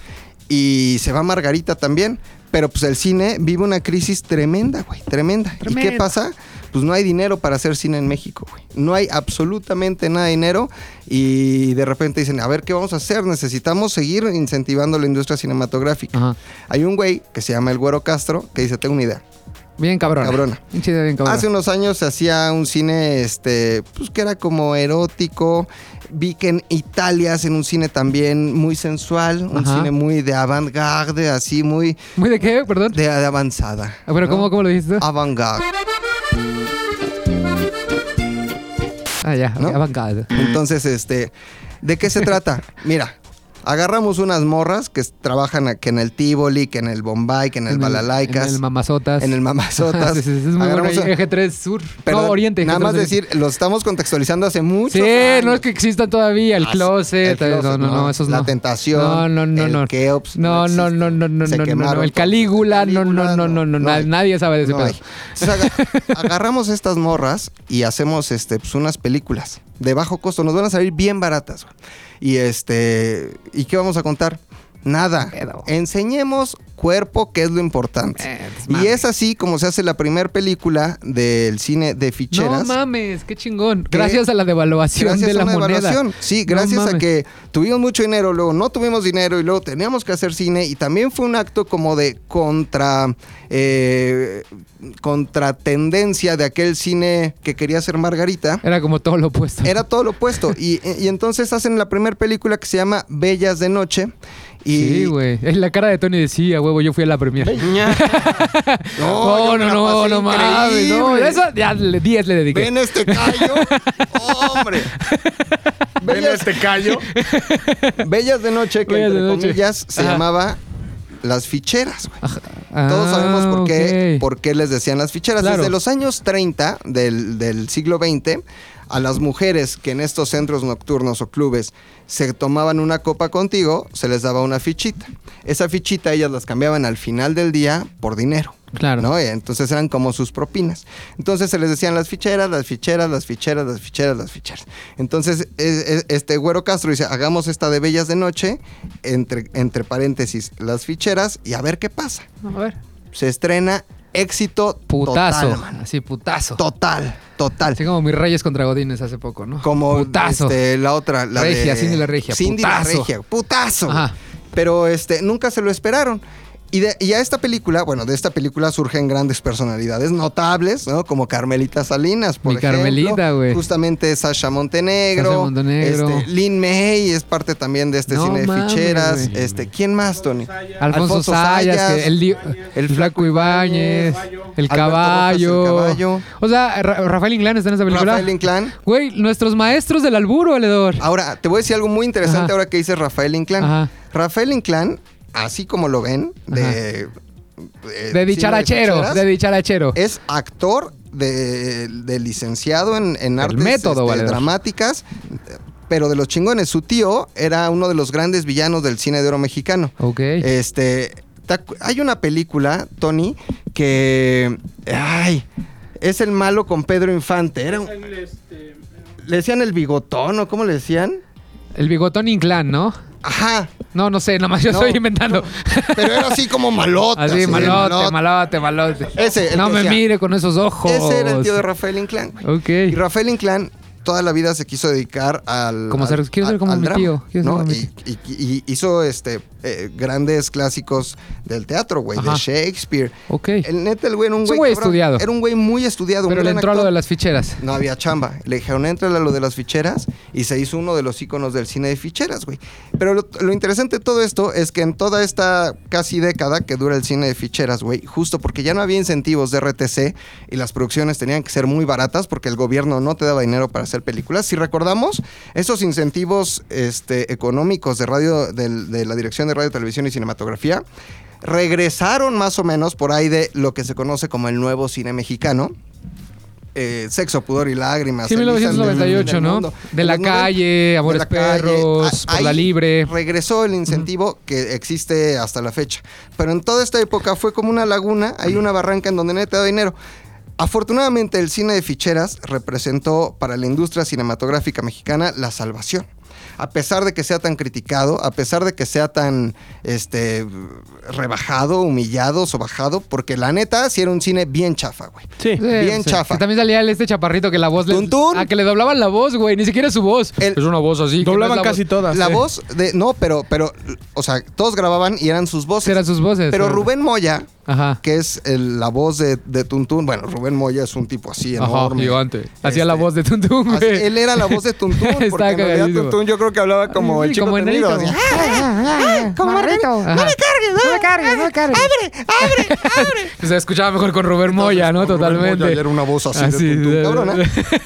y se va Margarita también. Pero pues el cine vive una crisis tremenda, güey, tremenda. ¿Y qué
Tremenda.
pasa? Pues no hay dinero para hacer cine en México, güey. No hay absolutamente nada de dinero y de repente dicen, a ver, ¿qué vamos a hacer? Necesitamos seguir incentivando la industria cinematográfica.
Ajá.
Hay un güey que se llama El Güero Castro que dice, tengo una idea.
Bien cabrona.
Cabrona.
Bien chida, bien cabrona.
Hace unos años se hacía un cine, este, pues que era como erótico. Vi que en Italia hacen un cine también muy sensual, un
Ajá.
cine muy de avant-garde, así muy
¿Muy de qué? Perdón.
de, de avanzada.
Ah, pero
¿no?
¿cómo, ¿cómo lo dijiste?
Avant-garde.
Ah, ya.
¿no?
ok, avant-garde.
Entonces, este, ¿de qué se trata? Mira, agarramos unas morras que s- trabajan a- que en el Tivoli, que en el Bombay, que en el, Balalaicas,
En el Mamazotas. Ah,
en el Mamazotas.
Sí, sí, sí, es muy bueno.
Agarramos a-
Eje 3 Sur.
Perdón,
no, Oriente. eje
nada
3
más
oriente.
decir, lo estamos contextualizando hace mucho.
Sí, no es que existan todavía. El
Ah,
closet.
el closet,
no, no,
no.
no, esos
La
no.
tentación,
No, no, no.
el
no.
Keops, no
No, no,
existe.
no, no, no,
Se
no, no,
quemaron
no. El
todos.
Calígula, no, no, no, no, no.
no
na-
hay.
Nadie sabe de ese
No
pedo.
hay. Entonces, aga- agarramos estas morras y hacemos este, pues, unas películas de bajo costo. Nos van a salir bien baratas. güey. Y este. ¿Y qué vamos a contar? Nada.
Pedo.
Enseñemos cuerpo, que es lo importante.
Eh,
y es así como se hace la primera película del cine de
No
ficheras.
mames, qué chingón. Gracias a la devaluación
Gracias
de la
a una
moneda.
devaluación. Sí,
No
gracias a
mames.
que tuvimos mucho dinero, luego no tuvimos dinero y luego teníamos que hacer cine. Y también fue un acto como de contra eh, contratendencia de aquel cine que quería hacer Margarita.
Era como todo lo opuesto.
Era todo lo opuesto. Y, y entonces hacen la primera película que se llama Bellas de Noche. Y
Sí, güey. Es La cara de Tony decía, huevo, yo fui a la premier.
No, yo me la pasé
mames. No,
increíble.
eso ya le- 10 le dediqué.
Ven este callo. Hombre. Bellas,
este
este callo.
Bellas de Noche, que
Bellas de
entre
Noche.
comillas se
Ajá.
llamaba Las Ficheras, güey.
Ah,
Todos sabemos por qué,
ok.
por qué les decían las ficheras.
Claro.
Desde los años 30 del, del siglo XX a las mujeres que en estos centros nocturnos o clubes se tomaban una copa contigo, se les daba una fichita. Esa fichita ellas las cambiaban al final del día por dinero.
Claro.
¿no? Y Entonces eran como sus propinas. Entonces se les decían las ficheras, las ficheras, las ficheras, las ficheras, las ficheras. Entonces es- es- este Güero Castro dice, hagamos esta de Bellas de Noche, entre, entre paréntesis, las ficheras, y a ver qué pasa.
A ver.
Se estrena éxito
Putazo.
total. man.
así, putazo.
Total, total.
Así como mis Reyes contra Godines hace poco, ¿no?
Como
putazo.
este, la otra, la
Regia,
de,
Cindy la Regia,
Cindy la
putazo.
Regia, putazo.
Ajá.
Pero este, nunca se lo esperaron. Y, de- y a esta película, bueno, de esta película surgen grandes personalidades notables, ¿no? Como Carmelita Salinas, por
Mi
ejemplo.
Carmelita, güey.
Justamente Sasha Montenegro.
Sasha Montenegro.
Este, Lin May es parte también de este
No
cine de
mames,
ficheras.
güey.
Este, ¿Quién más, Tony?
Alfonso,
Alfonso
Sayas, que
Sayas,
el, di- el
el
Flaco
Flaco
Ibáñez, el
Alberto
caballo.
Rojas, el caballo.
O sea, Ra- Rafael Inclán está en esa película.
Rafael Inclán. Ah,
Güey, nuestros maestros del alburo, Valedor.
Ahora, te voy a decir algo muy interesante
Ajá.
ahora que dice Rafael Inclán.
Ajá.
Rafael Inclán, así como lo ven, de... eh,
de
cine
dicharachero,
ficheras,
de dicharachero.
Es actor de, de licenciado en, en artes
método,
este,
valedor.
dramáticas, pero de los chingones. Su tío era uno de los grandes villanos del cine de oro mexicano.
Ok.
Este, ¿te acu- hay una película, Tony, que ay, es el malo con Pedro Infante. Era un- le decían el bigotón o cómo le decían?
El bigotón Inclán, ¿no?
Ajá,
No, no sé, nada más yo
No,
estoy inventando.
pero era así como ¿eh? malote.
Así, malote, malote, malote.
Ese, el
no
que
me
decía-
mire con esos ojos.
Ese era el tío de Rafael Inclán. güey.
Ok.
Y Rafael Inclán toda la vida se quiso dedicar al.
Como
al-
ser- quiero ser
al-
como
al
mi tío, quiero ser
¿no?
como mi
y, y- y hizo este eh, grandes clásicos del teatro, güey, de
Ajá.
Shakespeare.
Ok.
El neta, el güey era un
Es un
güey.
güey
cabrón.
estudiado.
Era un güey muy estudiado. un
Pero le
gran
entró a lo
actor.
de las ficheras.
No había chamba. Le dijeron, entra a lo de las ficheras y se hizo uno de los íconos del cine de ficheras, güey. Pero lo, lo interesante de todo esto es que en toda esta casi década que dura el cine de ficheras, güey, justo porque ya no había incentivos de RTC y las producciones tenían que ser muy baratas porque el gobierno no te daba dinero para hacer películas. Si recordamos, esos incentivos este, económicos de, radio, del- de la Dirección de Radio, Televisión y Cinematografía regresaron más o menos por ahí de lo que se conoce como el nuevo cine mexicano eh, Sexo, Pudor y Lágrimas.
Sí,
El
1998,
Islam del
¿no?
Mundo.
De
En
la
los noven-
calle,
de la
Amores
calle.
Perros,
A-
Por la
ahí
Libre.
Regresó el incentivo que existe hasta la fecha. Pero en toda esta época fue como una laguna, hay una barranca en donde nadie te da dinero. Afortunadamente, el cine de ficheras representó para la industria cinematográfica mexicana la salvación. A pesar de que sea tan criticado, a pesar de que sea tan este, rebajado, humillado, sobajado, porque la neta sí era un cine bien chafa, güey.
Sí.
Bien chafa.
Que también salía el- este chaparrito que la voz le.
Tuntún.
A que le doblaban la voz, güey. Ni siquiera su voz.
El-
es una voz así. que
Doblaban
no es la
casi
voz.
todas. eh.
La
sí.
voz de. No, pero, pero. O sea, todos grababan y eran sus voces.
Eran sus voces.
Pero
¿no?
Rubén Moya,
Ajá.
que es el- la voz de, de Tuntún. Bueno, Rubén Moya es un tipo así
Ajá,
enorme.
gigante. Hacía
Este,
la voz de Tuntún,
así-
güey.
él era la voz de Tuntún.
Está
Porque en realidad
cagadísimo.
Tuntún yo creo que hablaba como
Sí,
el chico
como
tenido.
enanito.
así, ¡Ah!
Como Margarito. No me cargues, no me cargues, no me cargues. ¡Abre, abre, abre! Se escuchaba mejor con Rubén Moya, ¿no?
Rubén
Totalmente.
Moya era una voz así,
Así,
de tuntún, ¿eh?
de-
cabrona.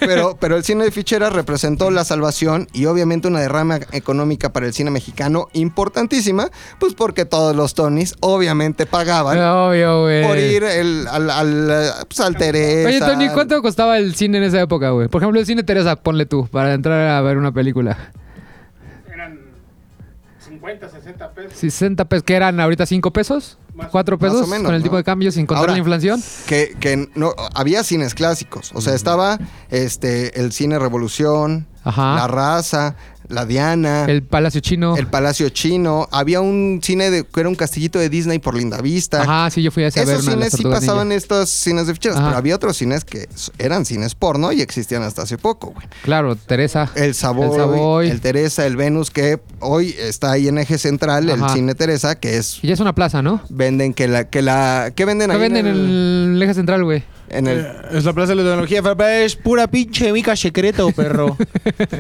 Pero, pero el cine de ficheras representó la salvación y obviamente una derrama económica para el cine mexicano importantísima, pues porque todos los Tonys obviamente pagaban
Ah, Obvio, güey.
por ir el, al, al, pues, al Teresa.
Oye, Tony, ¿cuánto costaba el cine en esa época, güey? Por ejemplo, el cine Teresa, ponle tú, para entrar a ver una película.
Eran 50, 60 pesos.
60 pesos, que eran ahorita 5 pesos, 4
Más o
pesos,
menos,
con el
¿no?
tipo de cambio sin contar
Ahora,
la inflación.
Que, que no, había cines clásicos. O sea, estaba este, el cine Revolución,
Ajá.
La Raza, La Diana.
El Palacio Chino.
ah, el Palacio Chino. Había un cine de, que era un castillito de Disney por Lindavista.
Ajá, sí, yo fui a ese a ver
Esos
una de las
cines sí
Tortugas
pasaban
Ninja.
estos cines de ficheras,
Ajá.
pero había otros cines que s- eran cines porno y existían hasta hace poco, güey.
Claro, Teresa.
El Savoy,
El
el,
Savoy.
Teresa, el Venus, que hoy está ahí en Eje Central,
Ajá.
el cine Teresa, que es...
Y ya es una plaza, ¿no?
Venden que la... que la ¿Qué venden
Que
ahí?
venden en el, eje central, güey.
en el-
Eh, Es la plaza de la tecnología, papá, es pura pinche mica secreto, perro.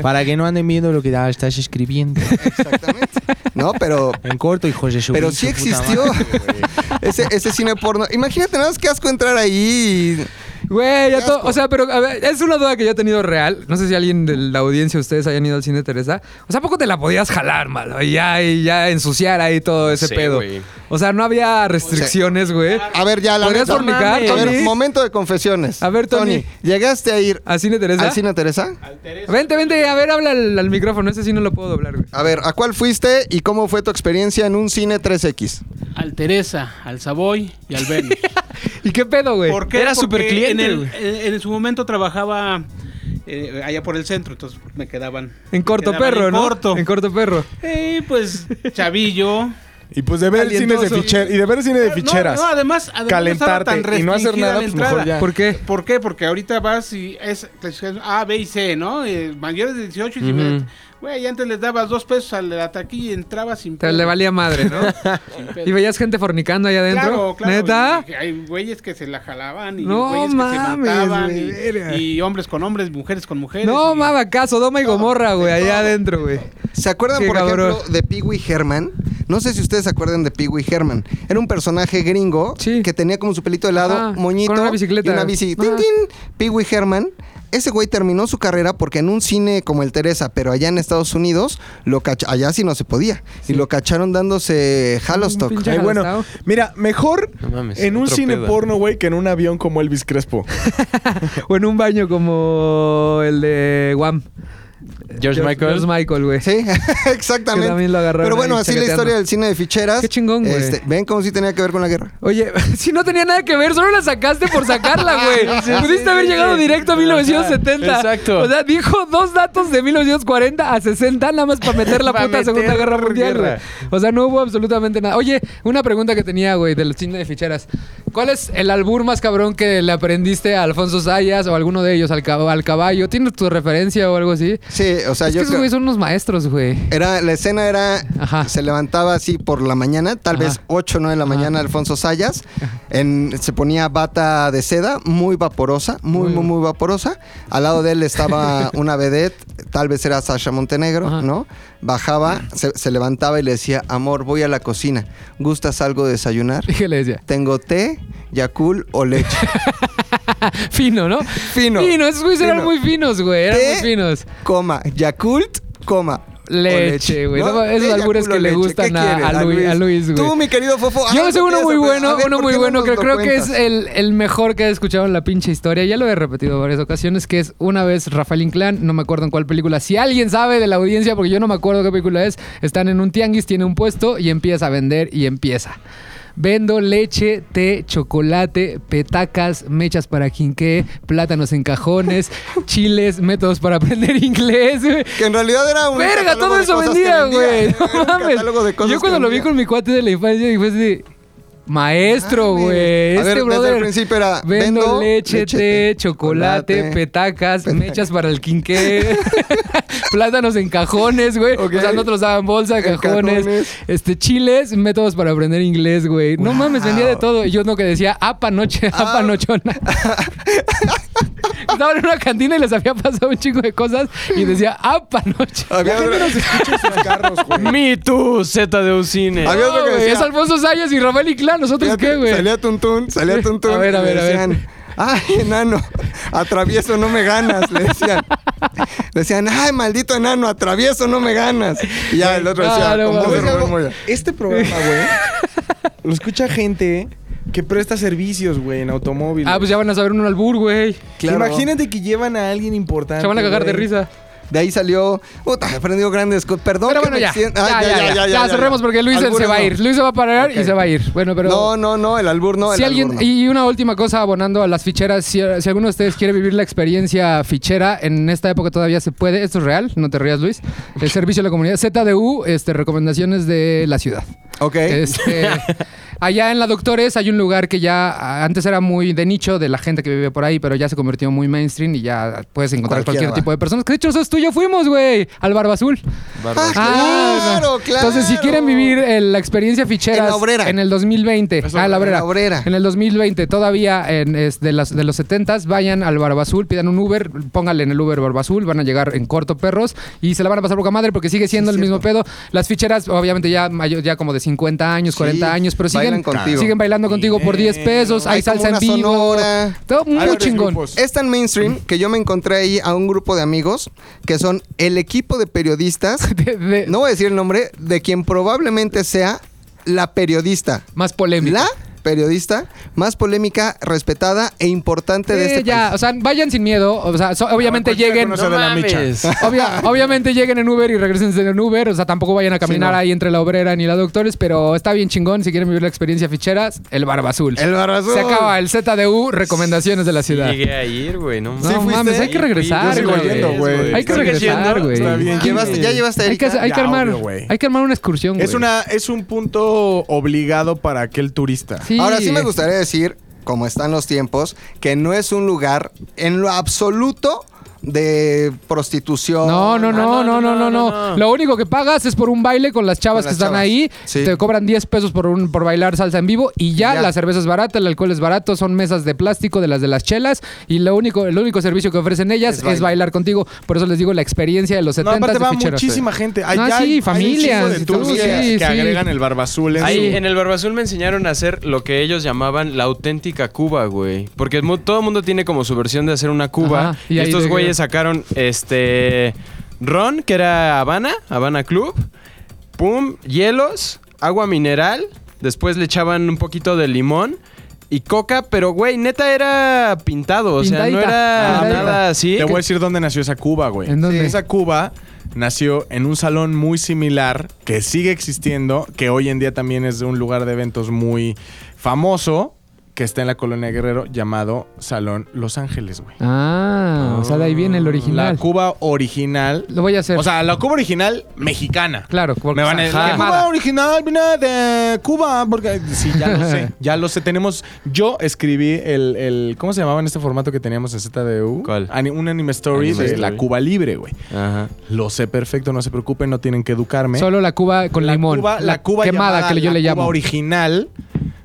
Para que no anden viendo lo que ah, estás escribiendo.
exactamente. no, pero...
En corto, hijos de su
Pero
pinche
sí
puta
existió
madre.
ese, ese cine porno. Imagínate nada más que asco entrar ahí
Güey, ya
Qué
todo.
asco.
O sea, pero a ver, es una duda que yo he tenido real. No sé si alguien de la audiencia, ustedes hayan ido al cine Teresa. O sea, ¿a poco te la podías jalar, malo? Y ya, y ya ensuciar ahí todo ese
sé,
pedo.
güey.
O sea, no había restricciones, güey.
A ver, ya la
¿Podrías
neta.
fornicar,
A ver,
Tony?
momento de confesiones.
A ver, Tony.
¿llegaste a ir
¿Al cine Teresa?
al cine Teresa?
Al Teresa.
Vente, vente, a ver, habla al, al micrófono. Ese sí no lo puedo doblar, güey.
A ver, ¿a cuál fuiste y cómo fue tu experiencia en un cine 3X?
Al Teresa, al Savoy y al Bernie.
¿Y qué pedo, güey?
¿Por qué?
Era supercliente,
en, el-
güey.
en- en su momento trabajaba eh, allá por el centro, entonces me quedaban.
En corto
me quedaban
perro,
en
¿no?
Corto.
En corto perro.
Eh, pues chavillo.
Y pues de ver
Calientoso.
cines de ficheras. Y de ver cine de ficheras.
No, no, además, además
Calentarte y no hacer
restringida
nada,
la
pues, mejor
entrada.
Ya.
¿Por qué?
¿Por qué? Porque ahorita vas y es clasificación A, B y C, ¿no? Eh, mayores de 18 y si
Ujú.
me- Güey, antes les dabas dos pesos al de la taquilla y entrabas sin
Te
pedo,
le valía madre, ¿no?
sin pedo.
¿Y veías gente fornicando ahí adentro?
Claro, claro.
¿Neta?
y- y hay güeyes que se la jalaban y
No
güeyes
mames,
que se mataban
güey, verga.
y, y hombres con hombres, mujeres con mujeres.
No,
y-
maba caso, Doma y Gomorra, güey, allá adentro, güey.
¿Se acuerdan,
Qué
por
cabrón.
ejemplo, de Pee Wee Herman? No sé si ustedes se acuerdan de Pee Wee Herman. Era un personaje gringo
Sí.
que tenía como su pelito de lado,
Ajá,
moñito.
con una bicicleta.
Y una bici.
Ajá.
¡Tin, tin! Pee Wee Herman. Ese güey terminó su carrera porque en un cine como el Teresa, pero allá en Estados Unidos, lo cacha- allá sí no se podía. Y lo cacharon dándose Halostock.
pinche-
Ay, bueno,
Jalastao.
mira, mejor
No mames,
en un
otro
cine
pedo.
porno, güey, que en un avión como Elvis Crespo.
O en un baño como el de Guam.
George Michael.
George Michael, güey.
Sí, exactamente.
Que también lo agarraron
Pero bueno,
ahí
así la
chaqueteando.
historia del cine de ficheras. Este,
Qué chingón, güey.
Ven cómo sí tenía que ver con la guerra.
Oye, si no tenía nada que ver, solo la sacaste por sacarla, güey. Pudiste haber llegado directo a 1970.
Exacto.
O sea, dijo dos datos de 1940 a 60 nada más para meter la
Pa'
puta
meter
Segunda Guerra Mundial, güey.
guerra.
O sea, no hubo absolutamente nada. Oye, una pregunta que tenía, güey, del cine de ficheras. ¿Cuál es el albur más cabrón que le aprendiste a Alfonso Sayas o a alguno de ellos, al, cab- al caballo? ¿Tienes tu referencia o algo así?
Sí, o sea,
Es que
yo
esos
creo-
güeyes son unos maestros, güey.
Era, la escena era,
Ajá.
se levantaba así por la mañana, tal
Ajá.
vez 8 o 9 de la mañana, Alfonso Sayas, en, se ponía bata de seda, muy vaporosa, muy,
Muy
muy, muy vaporosa. Al lado de él estaba una vedette, tal vez era Sasha Montenegro,
Ajá.
¿no? Bajaba, se, se levantaba y le decía, amor, voy a la cocina, ¿gustas algo de desayunar?
¿Y qué le decía?
Tengo té, yacul o leche.
Fino, ¿no?
Fino.
Fino, esos güeyes eran
Fino.
muy finos, güey. Eran
Té,
muy finos.
Coma, Yakult, coma. o
Leche, güey. No, esos
Té,
albures
Yakult o
que le
leche.
gustan
¿Qué
a-
quieres,
a Luis- a Luis, güey.
Tú, mi querido Fofo.
Yo me
algo
sé uno
tienes,
muy
pues.
bueno,
A ver,
uno
¿por
muy
qué no
bueno,
nos
que
lo
creo que es
cuentas?
el, el mejor que he escuchado en la pinche historia. Ya lo he repetido varias ocasiones, que es una vez Rafael Inclán, no me acuerdo en cuál película. Si alguien sabe de la audiencia, porque yo no me acuerdo qué película es, están en un tianguis, tiene un puesto y empieza a vender y empieza. Vendo leche, té, chocolate, petacas, mechas para quinqué, plátanos en cajones, chiles, métodos para aprender inglés. güey.
Que en realidad era un.
Verga,
catálogo
todo
de
eso
cosas que
vendía, güey.
vendía. Era
No
un
mames.
catálogo de cosas
Yo cuando
que
lo vi
vendía.
con mi cuate de la infancia, dije, fue así de, Maestro,
Mames.
güey.
A
Este
ver, desde
brother.
el principio era,
Vendo,
vendo
leche,
leche,
té,
té,
chocolate,
chocolate,
petacas, mechas para el quinqué, plátanos en cajones, güey.
Ok.
O sea, nosotros daban bolsa,
En
cajones,
cajones.
este, chiles, métodos para aprender inglés, güey. No
Wow. Ah.
mames, vendía de todo. Y yo no que decía, apa noche, apa nochona. Estaban en una cantina y les había pasado un chingo de cosas y decía, apa noche.
Había otro,
Mm.
Me Too, Z de un cine.
había otro
No,
que
güey,
decía.
es Alfonso Sayas y Rafael y Clan, nosotros
fíjate,
qué, güey.
Salía Tuntún, salía Tuntún.
A ver, a
y le
ver, a ver.
decían, Ay, enano, atravieso, no me ganas, le decían. Decían, ay, maldito enano, atravieso, no me ganas. Y ya el otro decía,
Ah, no,
"Con voz de
mames.
Rubén Moya".
Este programa, güey, lo escucha gente que presta servicios, güey, en automóvil.
Ah, pues ya van a saber un albur, güey.
Imagínate que llevan a alguien importante.
Se van a cagar de
güey.
risa.
De ahí salió. Puta, he aprendido grandes cosas. Perdón,
Pero
que
bueno,
me
ya. Ya,
extienda-
ya,
Ay,
ya, ya, cerremos porque Luis
Albures
se va a
no.
ir. Luis se va a parar y
Ok.
se va a ir. Bueno, pero.
No, no, no, el albur no. El
si alguien,
albur no.
y una última cosa abonando a las ficheras, si, si alguno de ustedes quiere vivir la experiencia fichera, en esta época todavía se puede, esto es real, no te rías Luis, el servicio a la comunidad ZDU, este, recomendaciones de la ciudad.
Ok.
Este, allá en la Doctores hay un lugar que ya ah, antes era muy de nicho de la gente que vive por ahí, pero ya se convirtió muy mainstream y ya puedes encontrar
Cualquiera
cualquier
va.
tipo de personas. Que de hecho, eso es tú y yo fuimos, güey, al Barba Azul.
Ah,
Ah, no.
claro, claro.
Entonces, si quieren vivir eh, la experiencia fichera
En la Obrera.
el 2020, ah, la obrera.
en la Obrera.
En el 2020, todavía en, es de, las, de los 70s, vayan al Barba Azul, pidan un Uber, pónganle en el Uber Barba Azul, van a llegar en corto perros y se la van a pasar poca madre porque sigue siendo el mismo pedo. Las ficheras, obviamente, ya, mayo- ya como de 50 años, 40 años, pero siguen
bailan contigo.
Siguen bailando contigo por 10 pesos. Hay,
Hay como
salsa en
una
vivo.
sonora.
Todo muy
Hay varios
chingón.
grupos.
Es tan mainstream que yo me encontré ahí a un grupo de amigos que son el equipo de periodistas,
De- de-
no voy a decir el nombre, de quien probablemente sea la periodista.
Más polémica.
La periodista más polémica, respetada e importante de
Sí,
este
ya,
país.
o sea, vayan sin miedo. O sea, so- obviamente
Ah, cualquiera
lleguen.
conoce a De La Micha.
Obvia- obviamente lleguen en Uber y regresen en Uber. O sea, tampoco vayan a caminar
no.
ahí entre la obrera ni la doctores, pero está bien chingón. Si quieren vivir la experiencia ficheras, el Barba Azul.
El Barba Azul.
Se acaba el ZDU, recomendaciones de la ciudad.
Llegué a ir, güey, no
No mames, hay que regresar,
Yo sigo
güey.
yendo, güey.
Hay que
¿Sigues
regresar,
yendo?
güey.
Está bien.
Llevaste- ya llevaste a
Hay que,
Erika.
hay que
Ya,
armar,
obvio, güey.
hay que armar una excursión,
Es,
güey.
una, es un punto obligado para aquel turista.
Sí.
Ahora sí me gustaría decir, como están los tiempos, que no es un lugar en lo absoluto de prostitución.
No, no, no, no, no, no, no. Lo único que pagas es por un baile con las chavas
Con
que
las
están
chavas.
ahí.
Sí.
Te cobran 10 pesos por un por bailar salsa en vivo y ya,
Ya.
la cerveza es barata, el alcohol es barato, son mesas de plástico de las de las chelas y lo único el único servicio que ofrecen ellas es,
Es baile.
bailar contigo. Por eso les digo la experiencia de los
No,
70
aparte va
es fichera.
muchísima gente. Allá
Ah, sí,
hay- hay un
familias
chingo de
y todo,
turistas
sí,
que
sí.
agregan el barbazul. en
Ahí
su-
en el Barbazul me enseñaron a hacer lo que ellos llamaban la auténtica Cuba, güey. Porque mu- todo el mundo tiene como su versión de hacer una Cuba.
Ajá, y
y
ahí
estos
de-
güeyes sacaron este ron, que era Habana, Habana Club. Pum, hielos, agua mineral. Después le echaban un poquito de limón. Y coca, pero güey, neta era pintado, o sea, no
Pintadita,
era
pintadita.
nada así.
Te voy a decir dónde nació esa Cuba, güey.
¿En dónde?
Sí. Esa Cuba nació en un salón muy similar que sigue existiendo, que hoy en día también es un lugar de eventos muy famoso, que está en la colonia Guerrero, llamado Salón Los Ángeles, güey.
Ah, o sea, de ahí viene el original.
Mm, La Cuba original.
Lo voy a hacer.
O sea, la Cuba original mexicana.
claro, porque
Me van a
o sea,
decir,
ajá.
"La Cuba original viene de Cuba, porque sí, ya lo sé, ya lo sé. Tenemos, yo escribí el, el- ¿cómo se llamaba en este formato que teníamos en ZDU?
¿Cuál?
Ani- un anime story
Anime
de
story.
la Cuba libre, güey.
Ajá.
Lo sé perfecto, no se preocupen, no tienen que educarme.
Solo la Cuba con
la
limón.
Cuba, la Cuba
quemada
llamada,
que yo
la
le llamo.
Cuba original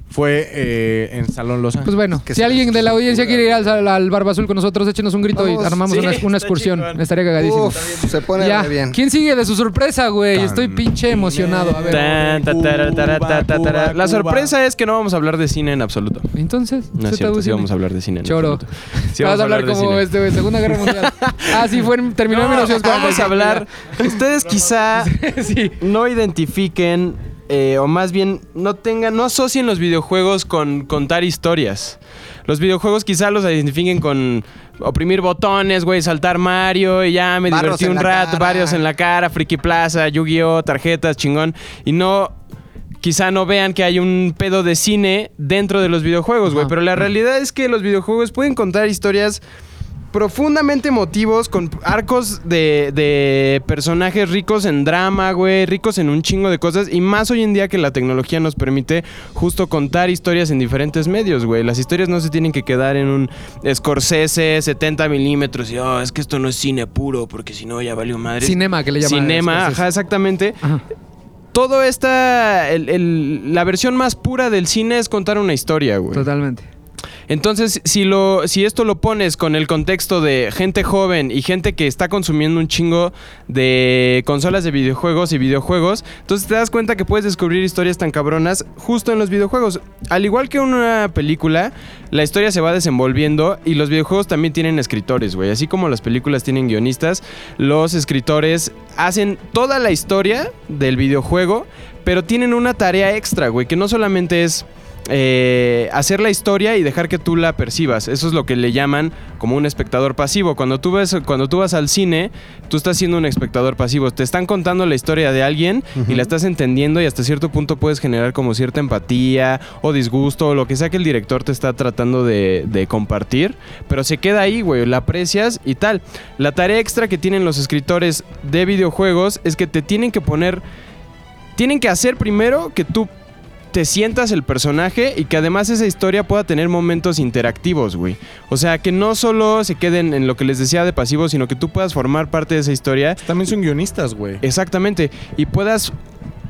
fue eh, en Salón Los Ángeles.
Pues bueno,
Ah, que
si
se
alguien
les
de la
ocurra,
audiencia quiere ir al, al Barba Azul con nosotros, échenos un grito y
Vamos,
armamos
sí,
una, una
está
excursión.
chingón.
Estaría cagadísimo.
Uf, se pone
Ya.
re bien.
¿Quién sigue de su sorpresa, güey? Estoy pinche emocionado. A ver.
Tan-
Ta, ta, ta, ta, ta, ta, ta, ta. La
Cuba.
sorpresa es que no vamos a hablar de cine en absoluto.
Entonces,
No es cierto,
ZDU
sí vamos a hablar de cine. en
Choro.
absoluto.
Sí, vas a hablar
de
como
cine.
este, güey, Segunda Guerra Mundial. ah, sí, fue en, terminó en
No, vamos
1945.
a hablar. Ustedes quizá
sí.
no identifiquen eh, o más bien no tengan, no asocien los videojuegos con contar historias. Los videojuegos quizá los identifiquen con oprimir botones, güey, saltar Mario y ya me
Barros
divertí
en
un
la
rato,
cara.
varios en la cara, Friki Plaza, Yu-Gi-Oh, tarjetas, chingón y no quizá no vean que hay un pedo de cine dentro de los videojuegos, güey.
Ajá.
Pero la realidad es que los videojuegos pueden contar historias profundamente emotivos, con arcos de, de personajes ricos en drama, güey, ricos en un chingo de cosas. Y más hoy en día que la tecnología nos permite justo contar historias en diferentes medios, güey. Las historias no se tienen que quedar en un Scorsese 70 milímetros y, oh, es que esto no es cine puro, porque si no ya valió madre.
Cinema, que le llaman.
Cinema,
Scorsese.
ajá, exactamente
Ajá.
todo esta. el- el- la versión más pura del cine es contar una historia, güey.
Totalmente.
Entonces, si, lo, si esto lo pones con el contexto de gente joven y gente que está consumiendo un chingo de consolas de videojuegos y videojuegos, entonces te das cuenta que puedes descubrir historias tan cabronas justo en los videojuegos. Al igual que en una película, la historia se va desenvolviendo y los videojuegos también tienen escritores, güey. Así como las películas tienen guionistas, los escritores hacen toda la historia del videojuego, pero tienen una tarea extra, güey, que no solamente es eh, hacer la historia y dejar que tú la percibas. Eso es lo que le llaman como un espectador pasivo. Cuando tú, ves, cuando tú vas al cine, tú estás siendo un espectador pasivo. Te están contando la historia de alguien y la estás entendiendo y hasta cierto punto puedes generar como cierta empatía o disgusto o lo que sea que el director te está tratando de, de compartir. Pero se queda ahí, güey. La aprecias y tal. La tarea extra que tienen los escritores de videojuegos es que te tienen que poner... Tienen que hacer primero que tú te sientas el personaje y que además esa historia pueda tener momentos interactivos, güey. O sea, que no solo se queden en lo que les decía de pasivo, sino que tú puedas formar parte de esa historia.
También son guionistas, güey.
Exactamente. Y puedas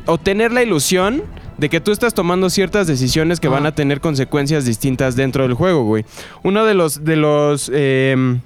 obtener la ilusión de que tú estás tomando ciertas decisiones que van
Ah.
a tener consecuencias distintas dentro del juego, güey. Uno de los... De los em,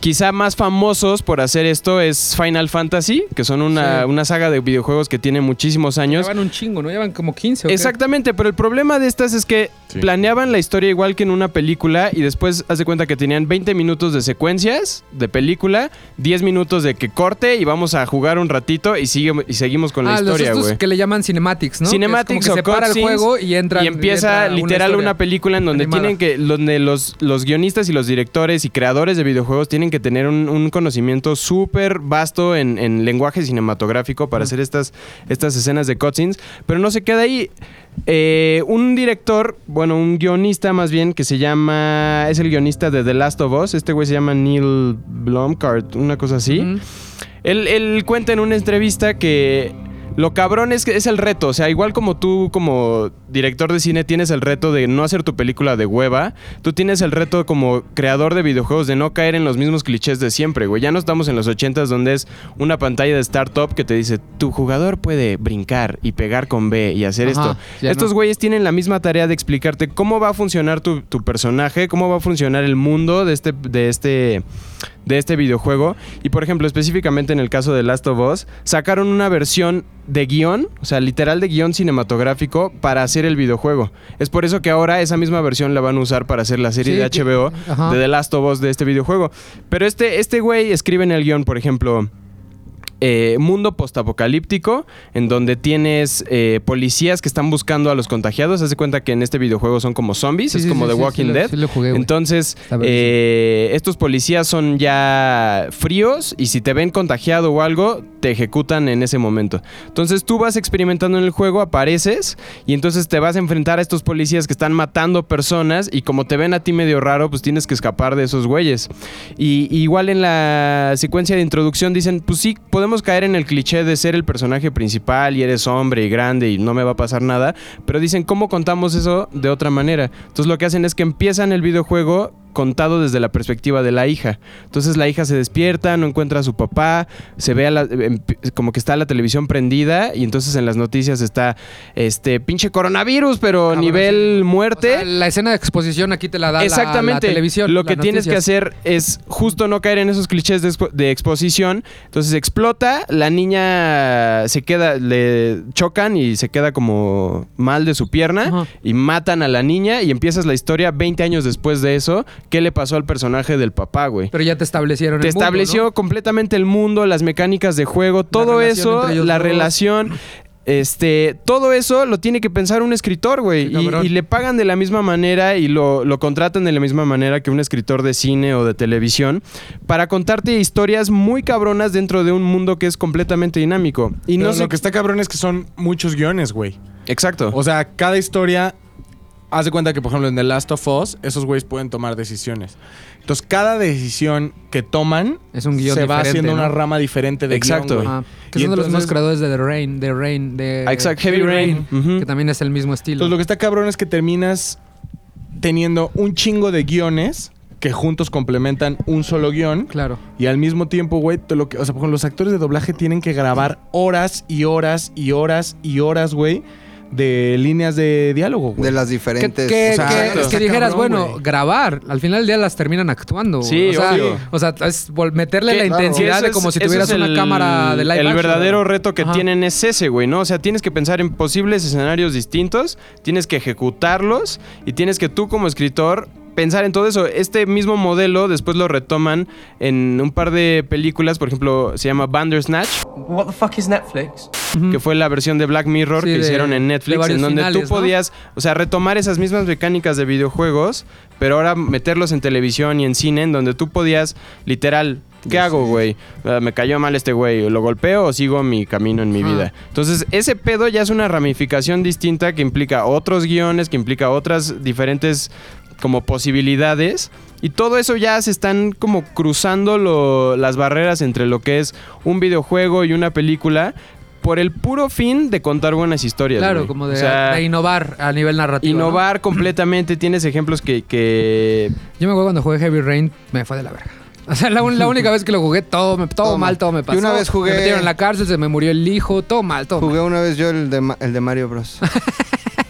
quizá más famosos por hacer esto es Final Fantasy, que son una,
Sí.
una saga de videojuegos que tiene muchísimos años.
Llevan un chingo, ¿no? Llevan como 15. ¿o qué?
Exactamente, pero el problema de estas es que
Sí.
planeaban la historia igual que en una película y después hace cuenta que tenían 20 minutos de secuencias de película, 10 minutos de que corte y vamos a jugar un ratito y, sigue- y seguimos con la
ah,
historia,
los estos
güey.
que le llaman cinematics, ¿no? Que es como
Cinematics
que
o
se para el
cutscenes
juego y entra
y empieza literal una,
película.
película en donde
animada.
tienen que donde los, los guionistas y los directores y creadores de videojuegos tienen que tener un, un conocimiento súper vasto en, en lenguaje cinematográfico para hacer estas, estas escenas de cutscenes, pero no se queda ahí. Eh, un director, bueno, un guionista más bien, que se llama, es el guionista de The Last of Us, este güey se llama Neil Blomkart, una cosa así.
Ujú.
Él, él cuenta en una entrevista que lo cabrón es que es el reto. O sea, igual como tú, como director de cine, tienes el reto de no hacer tu película de hueva, tú tienes el reto como creador de videojuegos de no caer en los mismos clichés de siempre, güey. Ya no estamos en los 80s donde es una pantalla de startup que te dice, tu jugador puede brincar y pegar con B y hacer
Ajá,
esto.
ya
Estos
no.
güeyes tienen la misma tarea de explicarte cómo va a funcionar tu, tu personaje, cómo va a funcionar el mundo de este, de este de este videojuego. Y por ejemplo, específicamente en el caso de Last of Us, sacaron una versión de guión, o sea, literal de guión cinematográfico para hacer el videojuego. Es por eso que ahora esa misma versión la van a usar para hacer la serie
Sí,
de
que-
HBO
ajá.
de The Last of Us de este videojuego. Pero este, este güey escribe en el guión, por ejemplo, eh, mundo postapocalíptico, en donde tienes eh, policías que están buscando a los contagiados. Haz de cuenta que en este videojuego son como zombies,
Sí,
es
sí,
como
sí,
The
sí,
Walking
sí lo-
Dead.
sí lo jugué, güey.
Entonces,
Está verga,
eh, estos policías son ya fríos y si te ven contagiado o algo, te ejecutan en ese momento. Entonces tú vas experimentando en el juego, apareces y entonces te vas a enfrentar a estos policías que están matando personas y como te ven a ti medio raro, pues tienes que escapar de esos güeyes. Y, y igual en la secuencia de introducción dicen, pues sí, podemos caer en el cliché de ser el personaje principal y eres hombre y grande y no me va a pasar nada, pero dicen, ¿cómo contamos eso de otra manera? Entonces lo que hacen es que empiezan el videojuego contado desde la perspectiva de la hija. Entonces la hija se despierta, no encuentra a su papá, se ve a la- em- como que está la televisión prendida y entonces en las noticias está este pinche coronavirus, pero
Cabrón,
nivel
O
muerte.
sea, la escena de exposición aquí te la da la-
Exactamente.
la televisión.
Lo
las
que tienes que
noticias.
hacer es justo no caer en esos clichés de, expo- de exposición. Entonces explota, la niña se queda, le chocan y se queda como mal de su pierna
Ajá.
y matan a la niña y empiezas la historia 20 años después de eso. ¿Qué le pasó al personaje del papá, güey?
Pero ya te establecieron
Te
el mundo,
estableció
¿no?
completamente el mundo, las mecánicas de juego, todo
relación
eso,
entre ellos
la
dos.
relación. Este, todo eso lo tiene que pensar un escritor, güey.
Qué
Y,
cabrón.
y le pagan de la misma manera y lo, lo contratan de la misma manera que un escritor de cine o de televisión para contarte historias muy cabronas dentro de un mundo que es completamente dinámico. Y
Pero
no sé.
lo que está cabrón es que son muchos guiones, güey.
Exacto.
O sea, cada historia. Haz de cuenta que, por ejemplo, en The Last of Us, esos güeyes pueden tomar decisiones. Entonces, cada decisión que toman
Es un guión
se va
diferente,
haciendo
¿no? Ah,
una rama diferente de
Exacto.
guión, güey.
Ajá. Que
Y
son de los más
entonces-
creadores de The Rain, de Rain, de
Ah, exacto, Heavy Rain. Ujú.
que también es el mismo estilo.
Entonces lo que está cabrón es que terminas teniendo un chingo de guiones que juntos complementan un solo guión.
Claro.
Y al mismo tiempo, güey, te lo que- o sea, por ejemplo, los actores de doblaje tienen que grabar horas y horas y horas y horas, güey, de líneas de diálogo, güey.
De las
Que,
diferentes.
que-
o sea,
que-
exacto.
que
Está
dijeras,
cabrón,
bueno,
güey.
grabar. Al final del día las terminan actuando. güey.
Sí,
o sea,
obvio.
O sea, es vol- meterle
Que-
la
claro.
intensidad
Eso
de
es-
como si
eso
tuvieras
es
una
el-
cámara de live
El
action.
verdadero reto que
Ajá.
tienen es ese, güey, ¿no? O sea, tienes que pensar en posibles escenarios distintos, tienes que ejecutarlos y tienes que tú como escritor pensar en todo eso. Este mismo modelo después lo retoman en un par de películas, por ejemplo, se llama Bandersnatch,
What the fuck is Netflix?
que fue la versión de Black Mirror
Sí,
que
de-
hicieron en
de
Netflix,
varios
en donde tú
finales, ¿no?
podías, o sea, retomar esas mismas mecánicas de videojuegos, pero ahora meterlos en televisión y en cine, en donde tú podías, literal, ¿qué hago, güey? Ah, Me cayó mal este güey, ¿lo golpeo o sigo mi camino en mi
Ah.
vida? Entonces, ese pedo ya es una ramificación distinta que implica otros guiones, que implica otras diferentes como posibilidades. Y todo eso ya se están como cruzando lo- las barreras entre lo que es un videojuego y una película por el puro fin de contar buenas historias.
Claro,
güey.
como
O
de,
sea,
de innovar a nivel narrativo. ¿no?
innovar completamente. Tienes ejemplos que, que-
Yo me acuerdo cuando jugué Heavy Rain, me fue de la verga. O sea, la, un- la única vez que lo jugué, todo, me, todo
Todo
mal,
mal.
todo me
Yo
pasó.
una vez jugué-
Me metieron en la cárcel, se me murió el hijo, todo mal, todo mal.
Jugué una vez yo el de, Ma- el de Mario Bros.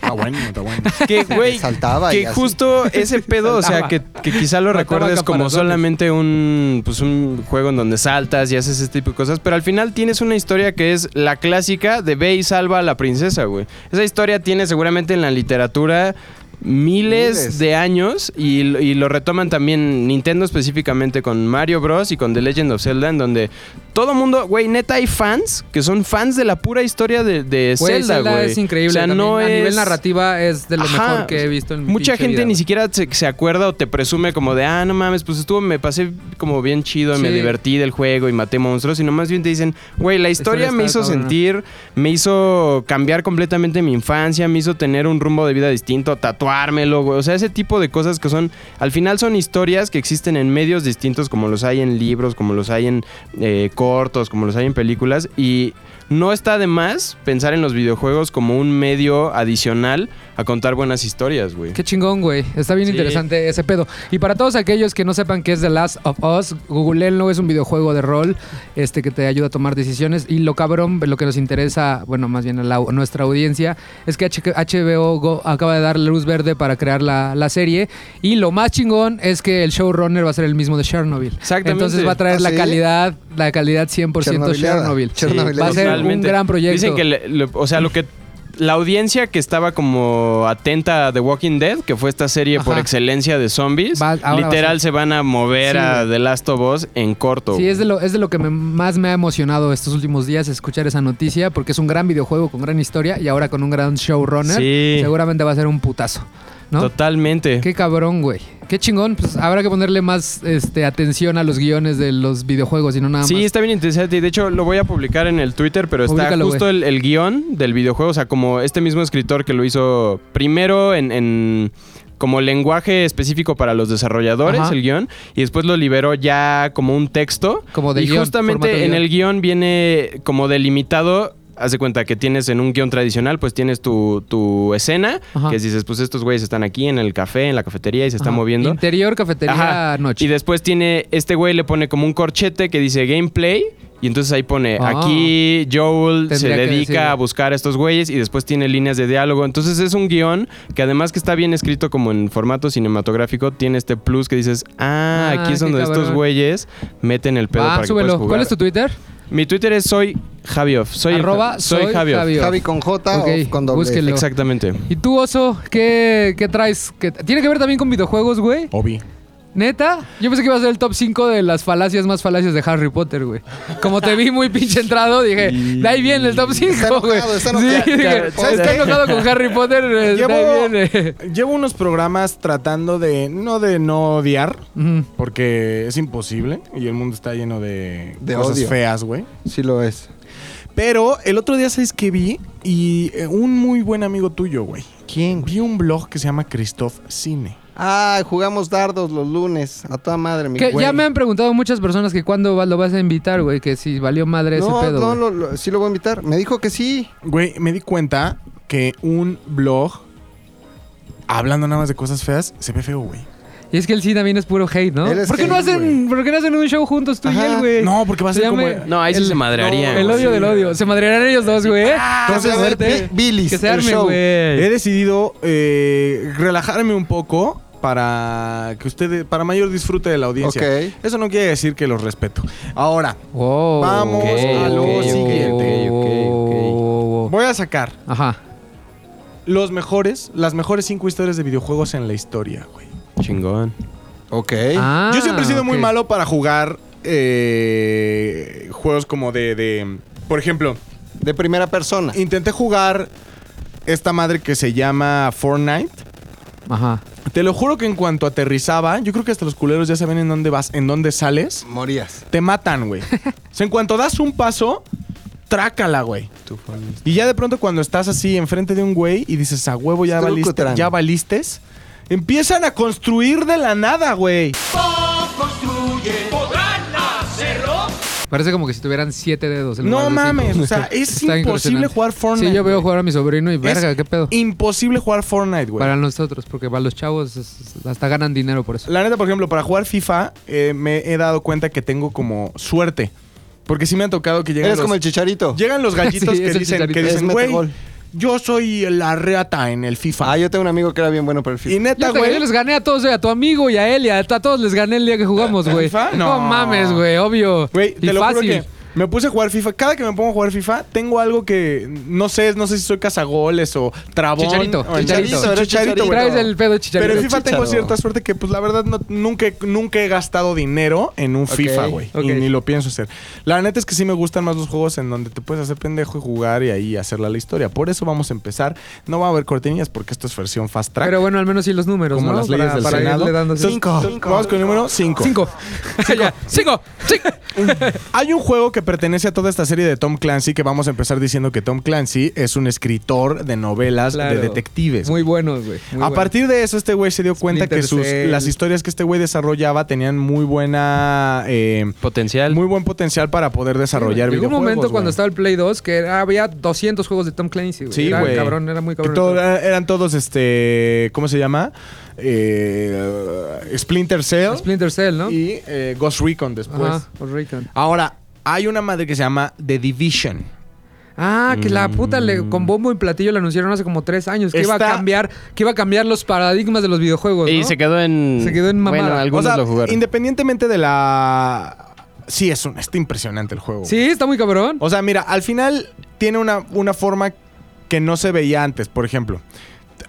Está bueno, está bueno.
Que, güey,
Saltaba y
que
así.
justo ese pedo, o sea,
Saltaba.
que, que quizá lo
Mataba
recuerdes como
caparazones.
solamente un, pues, un juego en donde saltas y haces ese tipo de cosas, pero al final tienes una historia que es la clásica de ve y salva a la princesa, güey. Esa historia tiene seguramente en la literatura miles,
Miles.
de años y, y lo retoman también Nintendo específicamente con Mario Bros y con The Legend of Zelda en donde todo mundo, güey, neta hay fans que son fans de la pura historia de, de
Güey,
Zelda, güey.
es increíble.
O sea,
también.
no
A nivel
es-
narrativa es de lo
Ajá.
mejor que he visto en mi
Mucha
pinche
gente
vida,
ni
güey.
siquiera se, se acuerda o te presume como de, ah, no mames, pues estuvo, me pasé como bien chido, me
Sí.
divertí del juego y maté monstruos, sino más bien te dicen, güey, la historia,
historia
me
está
hizo
cabrona".
sentir, me hizo cambiar completamente mi infancia, me hizo tener un rumbo de vida distinto, tatuármelo, güey. O sea, ese tipo de cosas que son, al final son historias que existen en medios distintos, como los hay en libros, como los hay en eh, cortos, como los hay en películas, y no está de más pensar en los videojuegos como un medio adicional a contar buenas historias, güey.
Qué chingón, güey. Está bien
Sí.
interesante ese pedo. Y para todos aquellos que no sepan qué es The Last of Us, googleenlo, es un videojuego de rol este que te ayuda a tomar decisiones. Y lo cabrón, lo que nos interesa, bueno, más bien a, la- a nuestra audiencia, es que H- HBO Go acaba de dar luz verde para crear la, la serie. Y lo más chingón es que el showrunner va a ser el mismo de Chernobyl.
Exactamente.
Entonces va a traer
¿Ah,
la
sí?
calidad, la calidad 100%
Chernobyleada.
Chernobyl.
Sí, Chernobyl.
va a ser
Totalmente.
un gran proyecto.
Dicen que, le- le- o sea, lo que la audiencia que estaba como atenta a The Walking Dead, que fue esta serie por
Ajá.
excelencia de zombies,
Va- ahora va a
literal
ser-
se van a mover
Sí,
a
güey.
The Last of Us en corto.
Sí, es de, lo, es de lo que me- más me ha emocionado estos últimos días escuchar esa noticia, porque es un gran videojuego con gran historia y ahora con un gran showrunner.
Sí.
Seguramente va a ser un putazo, ¿no?
Totalmente.
Qué cabrón, güey. Qué chingón. Pues habrá que ponerle más este, atención a los guiones de los videojuegos y no nada
Sí,
más.
está bien interesante. Y de hecho, lo voy a publicar en el Twitter, pero está
Publícalo,
justo
güey.
el, el guión del videojuego. O sea, como este mismo escritor que lo hizo primero en. en- como lenguaje específico para los desarrolladores,
Ajá.
el guión, y después lo liberó ya como un texto.
Como de
y
guión, formato de
justamente en
guión.
el guión viene como delimitado. Haz de cuenta que tienes en un guión tradicional, pues tienes tu, tu escena,
Ajá.
que dices, pues estos güeyes están aquí en el café, en la cafetería y se están
Ajá.
moviendo.
Interior, cafetería,
Ajá.
noche.
Y después tiene, este güey le pone como un corchete que dice gameplay. Y entonces ahí pone,
Ah.
aquí Joel se
Tendría que decirlo.
dedica a buscar a estos güeyes y después tiene líneas de diálogo. Entonces es un guión que además que está bien escrito como en formato cinematográfico, tiene este plus que dices, ah,
Ah,
aquí es
qué
donde estos
cabrón.
güeyes meten el pedo
Va,
para que
súbelo.
puedas
¿Cuál
jugar.
es tu Twitter?
Mi Twitter es soy Javioff. Soy el
Arroba
Ja-
soy
soy Javioff.
Javioff.
Javi con J
Ok,
o con doble.
búsquenlo.
Exactamente.
¿Y tú, Oso? ¿Qué, qué traes? ¿Qué- ¿Tiene que ver también con videojuegos, güey?
Obi.
¿Neta? Yo pensé que iba a ser el top 5 de las falacias más falacias de Harry Potter, güey. Como te vi muy pinche entrado, dije, de ahí viene el top 5,
enojado,
güey.
está
Sí,
enojado.
dije,
Claro,
"Oh, está enojado con Harry Potter, eh, de ahí viene.
Llevo, llevo unos programas tratando de, no de no odiar,
Ujú.
porque es imposible y el mundo está lleno de,
De
cosas
odio.
feas, güey.
Sí lo es.
Pero el otro día, ¿sabes qué vi? Y eh, un muy buen amigo tuyo, güey.
¿Quién?
Vi un blog que se llama Christoph Cine.
Ah, jugamos dardos los lunes. A toda madre, mi
Que
güey.
ya me han preguntado muchas personas que cuándo va- lo vas a invitar, güey, que si valió madre ese
No,
pedo.
no,
güey.
lo- lo- sí lo voy a invitar. Me dijo que sí.
Güey, me di cuenta que un blog, hablando nada más de cosas feas, se ve feo, güey.
Y es que el sí también es puro hate, ¿no?
Él es
¿Por qué no
hate,
hacen, ¿Por qué no hacen un show juntos tú y
Ajá.
él, güey?
No, porque va a
Se
ser como...
llame-
No, ahí sí
El-
se madrearían.
El
güey.
odio del odio. Se madrearán ellos dos, güey.
Entonces,
Ah, Qué fuerte.
Billis,
que se
el
arme,
show.
güey.
He decidido eh, relajarme un poco para que ustedes, para mayor disfrute de la audiencia.
Ok.
Eso no quiere decir que los respeto. Ahora,
Wow.
Vamos
a lo siguiente.
ok, ok, ok.
voy a sacar
Ajá.
los mejores, las mejores cinco historias de videojuegos en la historia, güey.
Chingón.
Ok.
Ah,
Eh, Yo siempre he sido muy
ok.
malo para jugar eh, juegos como de, de- Por ejemplo,
De primera persona.
intenté jugar esta madre que se llama Fortnite.
Ajá.
Te lo juro que en cuanto aterrizaba, yo creo que hasta los culeros ya saben en dónde vas, en dónde sales.
Morías.
Te matan, güey. o sea, en cuanto das un paso, trácala, güey. Y ya de pronto cuando estás así enfrente de un güey y dices, a huevo, ya valiste,
Trucutran.
ya valistes, empiezan a construir de la nada, güey.
Parece como que si tuvieran siete dedos. en
No
lugar de
mames,
cinco.
o sea, es
Está
imposible
impresionante.
jugar Fortnite.
Sí, yo veo
güey.
jugar a mi sobrino y verga,
Es
qué pedo.
Imposible jugar Fortnite, güey.
Para nosotros, porque para los chavos es- es- hasta ganan dinero por eso.
La neta, por ejemplo, para jugar FIFA eh, me he dado cuenta que tengo como suerte. Porque sí me ha tocado que llegan
Eres
los,
como el chicharito.
llegan los gallitos
Sí,
que
es el
dicen, que
chicharito.
dicen,
Es
güey,
metegol".
yo soy la reata en el FIFA.
Ah, yo tengo un amigo que era bien bueno para el FIFA.
y neta,
Yo, te- yo
güey.
les gané a todos, güey, a tu amigo y a él y a, a todos les gané el día que jugamos, güey.
FIFA? No.
No. mames, güey, obvio.
Güey,
Y
te lo juro que me puse a jugar FIFA. Cada que me pongo a jugar FIFA, tengo algo que no sé, no sé si soy cazagoles o trabón.
Chicharito,
o-
chicharito.
Chicharito, chicharito, güey.
Traes el pedo chicharito.
Pero en FIFA tengo
Chicharro.
cierta suerte que, pues, la verdad, no- nunca, nunca he gastado dinero en un FIFA, güey.
ok.
Y ni lo pienso hacer. La neta es que sí me gustan más los juegos en donde te puedes hacer pendejo y jugar y ahí hacerla la historia. Por eso vamos a empezar. No va a haber cortinillas porque esto es versión fast track.
Pero bueno, al menos sí los números,
como
¿no?
las leyes
para,
del
para
Senado.
irle dando
Entonces, entonces, Vamos con el número 5.
Cinco. Ya, cinco. Cinco.
Hay un juego que pertenece a toda esta serie de Tom Clancy que vamos a empezar diciendo que Tom Clancy es un escritor de novelas
Claro.
de detectives.
Muy buenos, güey. muy
a
buenos.
partir de eso, este güey se dio cuenta que sus,
Splinter Cell.
las historias que este güey desarrollaba tenían muy buena. eh,
Potencial.
muy buen potencial para poder desarrollar
Llegó un
videojuegos.
momento cuando
güey.
estaba el Play 2 que era- había 200 juegos de Tom Clancy, güey.
Sí,
Era
güey.
cabrón, era muy
Que
cabrón.
todo- eran todos, este. ¿Cómo se llama? Eh, Splinter Cell
Splinter Cell, ¿no?
y pues. eh, Ghost Recon después.
Ajá, o Recon.
Ahora, hay una madre que se llama The Division.
Ah, que la puta le, con bombo y platillo le anunciaron hace como tres años que iba a
Mm. Está-
cambiar, que iba a cambiar los paradigmas de los videojuegos.
Y
¿no?
se quedó en.
Se quedó en mamada.
Bueno, algunos
o sea,
lo jugaron.
independientemente de la. Sí, es un, está impresionante el juego.
Sí, está muy cabrón.
O sea, mira, al final tiene una, una forma que no se veía antes, por ejemplo.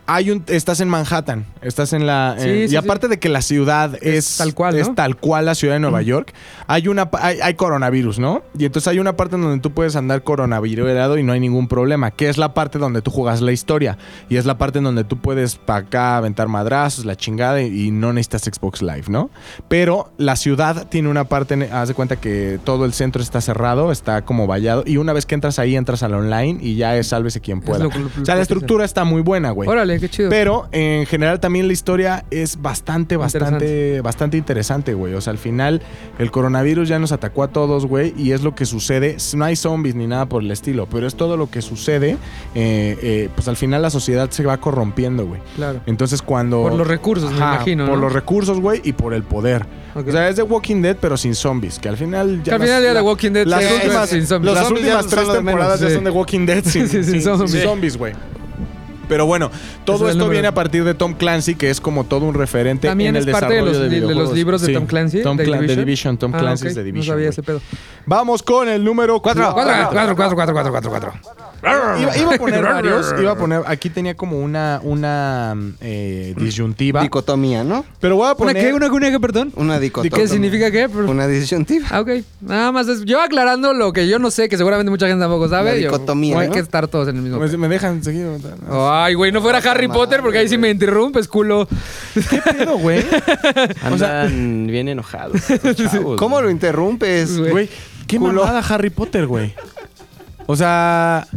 Hay un, estás en Manhattan, estás en la...
Sí,
eh,
sí,
y aparte de que la ciudad es,
tal cual, ¿no?
es tal cual la ciudad de Nueva York, hay una pa- hay, hay coronavirus, ¿no? Y entonces hay una parte en donde tú puedes andar coronavirus y no hay ningún problema, que es la parte donde tú juegas la historia. Y es la parte en donde tú puedes para acá aventar madrazos, la chingada, y, y no necesitas Xbox Live, ¿no? Pero la ciudad tiene una parte, en- haz de cuenta que todo el centro está cerrado, está como vallado, y una vez que entras ahí, entras al online y ya es sálvese quien pueda.
lo- lo-
o sea,
lo-
la estructura está muy buena, güey.
Órale, qué chido.
Pero en general también la historia es bastante, bastante,
Interesante.
bastante interesante, güey. O sea, al final el coronavirus ya nos atacó a todos, güey, y es lo que sucede. No hay zombies ni nada por el estilo, pero es todo lo que sucede. eh, eh, pues al final la sociedad se va corrompiendo, güey.
claro.
Entonces cuando...
Por los recursos, me
Ajá,
imagino.
Por
¿no?
los recursos, güey, y por el poder.
Ok.
O sea, es de Walking Dead, pero sin zombies. Que al final
Que
ya...
al
las-
final ya de
la-
Walking Dead
las
se-
últimas-
sin zombies.
las
zombies
últimas
ya son
tres
lo de menos,
temporadas
sí.
ya son de Walking Dead sin,
Sí, sin
sin- sin
zombies.
zombies, güey. Pero bueno,
Ese
todo
es el
esto
número.
viene a partir de Tom Clancy, que es como todo un referente
También
en
es
el
parte de los,
desarrollo
li- de los
videojuegos.
libros de
Sí.
Tom Clancy.
Tom
de
Clan- The Division, Tom
Ah,
Clancy
ok,
es The
No
Division.
sabía
güey.
ese pedo.
Vamos con el número 4.
Cuatro, cuatro, cuatro, cuatro, cuatro, cuatro, cuatro.
Iba, iba a poner varios, iba a poner, aquí tenía como una, una eh, disyuntiva.
Dicotomía, ¿no?
Pero voy a
¿Una
poner...
qué? ¿Una qué? perdón?
Una dicotomía.
¿Qué significa qué? Pero-
Una disyuntiva.
Ah, ok. Nada más es- yo aclarando lo que yo no sé, que seguramente mucha gente tampoco sabe.
La
yo-
dicotomía,
Hay
¿no?
que estar todos en el mismo.
Me, me dejan seguir. ¿verdad?
Ay, güey, no fuera Harry Potter porque ahí sí me interrumpes, culo.
pedo, güey?
Andan bien enojados. estos
Pues
chavos,
¿Cómo
güey.
lo interrumpes?
Güey, qué
Culo.
mamada Harry Potter, güey. O sea,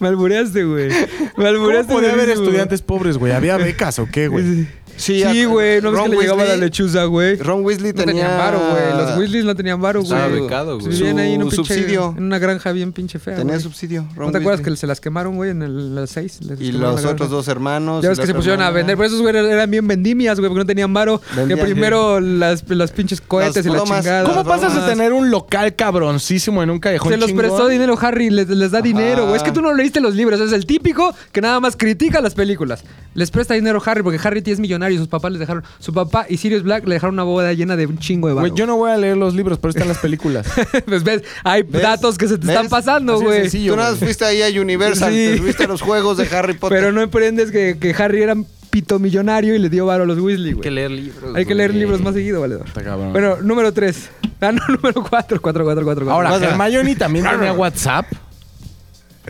Me albureaste, güey. Me
¿cómo
albureaste.
podía haber
durísimo,
estudiantes pobres, güey? ¿Había becas o qué, güey?
güey. Sí, güey, no ves que
Ron
le llegaba la
Weasley-
lechuza, güey.
Ron Weasley
No
tenía...
tenían varo, güey. Los Weasleys no tenían varo,
Estaba
güey.
becado, güey.
Vivían ahí en un
Su
pinche,
subsidio.
En una granja bien pinche fea.
Tenía
güey.
subsidio.
¿No te acuerdas que se las quemaron, güey, en el- las seis? Les
Y
quemaron la
los
granja.
otros dos hermanos.
Ya
y
ves
la
que se
otra
pusieron a
hermana.
vender, pero esos güey eran bien vendimias, güey, porque no tenían varo. Que
Vendían, sí.
primero las, las pinches cohetes
Las
y la
bromas.
chingada.
¿Cómo
Las
pasas de
bromas.
tener un local cabroncísimo en un callejón
Se los
chingón?
prestó dinero Harry, les, les da dinero, güey. Es que tú no leíste los libros, es el típico que nada más critica las películas. Les presta dinero Harry porque Harry es millonario y sus papás les dejaron, su papá y Sirius Black le dejaron una boda llena de un chingo de
Güey,
barro.
yo no voy a leer los libros, pero están las películas.
pues ves, hay
¿Ves?
datos que se te
¿Ves?
están pasando,
Así de
güey.
sencillo,
Tú nada más
güey.
fuiste ahí a Universal,
Sí.
te fuiste a los juegos de Harry Potter.
Pero no emprendes que, que Harry era pito millonario y le dio varo a los Weasley,
Hay que
güey.
leer libros.
Hay que leer
güey.
libros más seguido, valedor.
Está cabrón.
Bueno, número 3. Ah, no, número 4, 4, 4, 4.
Ahora, Hermione también tenía WhatsApp.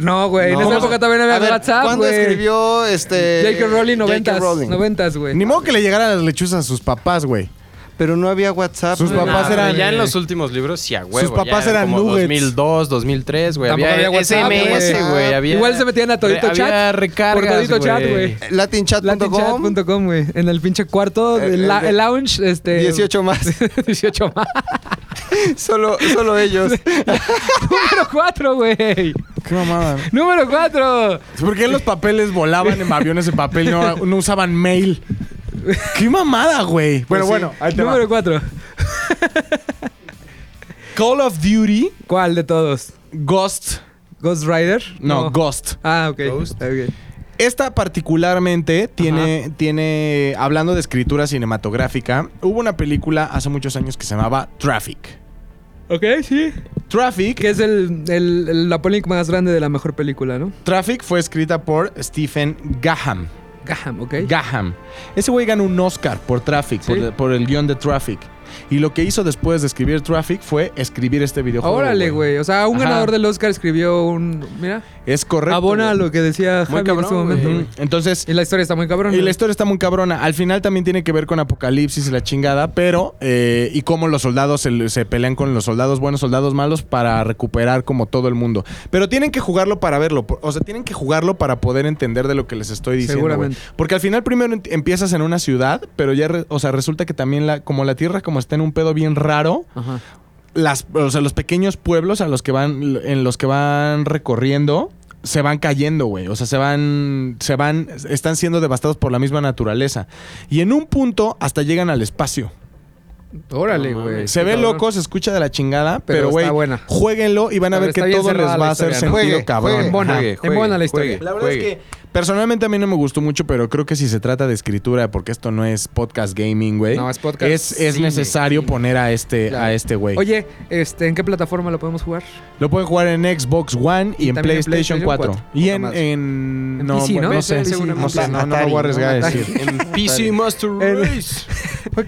No, güey, en
No.
esa época también había
A ver,
WhatsApp,
¿Cuándo
güey.
escribió este.
J.K. Rowling
J.K.
90s,
Rowling?
90s, güey.
Ni modo que le llegaran las lechuzas a sus papás, güey.
Pero no había WhatsApp.
Sus
no había
papás
Nah,
eran-
pero Ya en los últimos libros, sí, a huevo.
Sus papás
ya
eran
como
nuggets.
2002, 2003, güey.
Tampoco
Había,
había WhatsApp,
SMS,
güey.
güey. había-
Igual se metían a Todito
había
Chat,
recargas,
por Todito Chat, güey.
nada. Latinchat.com.
Latinchat.com, güey. En el pinche cuarto,
El-
el,
el
la-
de-
el lounge, este.
18 más.
18 más.
solo, solo ellos.
Número 4, güey.
Qué mamada.
Número 4.
¿Por qué los papeles volaban en aviones de papel y no, no usaban mail? ¡Qué mamada, güey! Bueno,
sí.
bueno, ahí te va.
Número 4.
Call of Duty,
¿Cuál de todos?
Ghost,
Ghost Rider.
No, Ghost.
Ah, ok.
Ghost.
Ok.
Esta particularmente tiene, tiene, hablando de escritura cinematográfica, hubo una película hace muchos años que se llamaba Traffic.
Ok, sí.
Traffic
Que es el, el, el- la polémica más grande de la mejor película, ¿no?
Traffic fue escrita por Stephen Gaham.
Gaham, ok.
Gaham. Ese güey ganó un Oscar por Traffic, por, por el guión de Traffic. Y lo que hizo después de escribir Traffic fue escribir este videojuego.
Órale, güey. O sea, un
Ajá.
ganador del Oscar escribió un. Mira,
Es correcto.
abona a
güey.
lo que decía Javi
Muy
en
cabrón,
su momento.
güey.
güey.
Ujú. Entonces,
Y la historia está muy cabrón.
Y
güey.
la historia está muy cabrona. Al final también tiene que ver con Apocalipsis y la chingada, pero. eh, y cómo los soldados se, se pelean con los soldados buenos, soldados malos, para recuperar como todo el mundo. Pero tienen que jugarlo para verlo. por- O sea, tienen que jugarlo para poder entender de lo que les estoy diciendo. güey.
Seguramente.
Porque al final primero ent- empiezas en una ciudad, pero ya. re- o sea, resulta que también, la, como la tierra, como está en un pedo bien raro,
Ajá.
las, o sea, los pequeños pueblos a los que van, en los que van recorriendo se van cayendo, güey. O sea, se van, se van, están siendo devastados por la misma naturaleza. Y en un punto hasta llegan al espacio.
Órale, güey.
Se ve loco, se escucha de la chingada, pero
Pero
güey,
está buena.
jueguenlo y van a
Pero
ver que
está bien
todo les
cerrada
va
la
a hacer
historia,
sentido,
¿no?
Juegue,
cabrón.
juegue.
Bona. En bona la historia.
La verdad es que personalmente a mí no me gustó mucho, pero creo que si se trata de escritura, porque esto no es podcast gaming, güey.
No, es podcast
Es, es
cine,
necesario poner a este,
Claro.
a este güey.
Oye, este, ¿en qué plataforma lo podemos jugar?
Lo pueden jugar en Xbox One y, en
también en
PlayStation,
PlayStation
4.
4.
Y
Poca
en,
madre.
en-
En
no,
PC,
bueno,
¿no?
no sé,
Sí,
no sé, no, no me
Atari,
voy a arriesgar a
¿no? Atari.
decir.
En PC Master Race.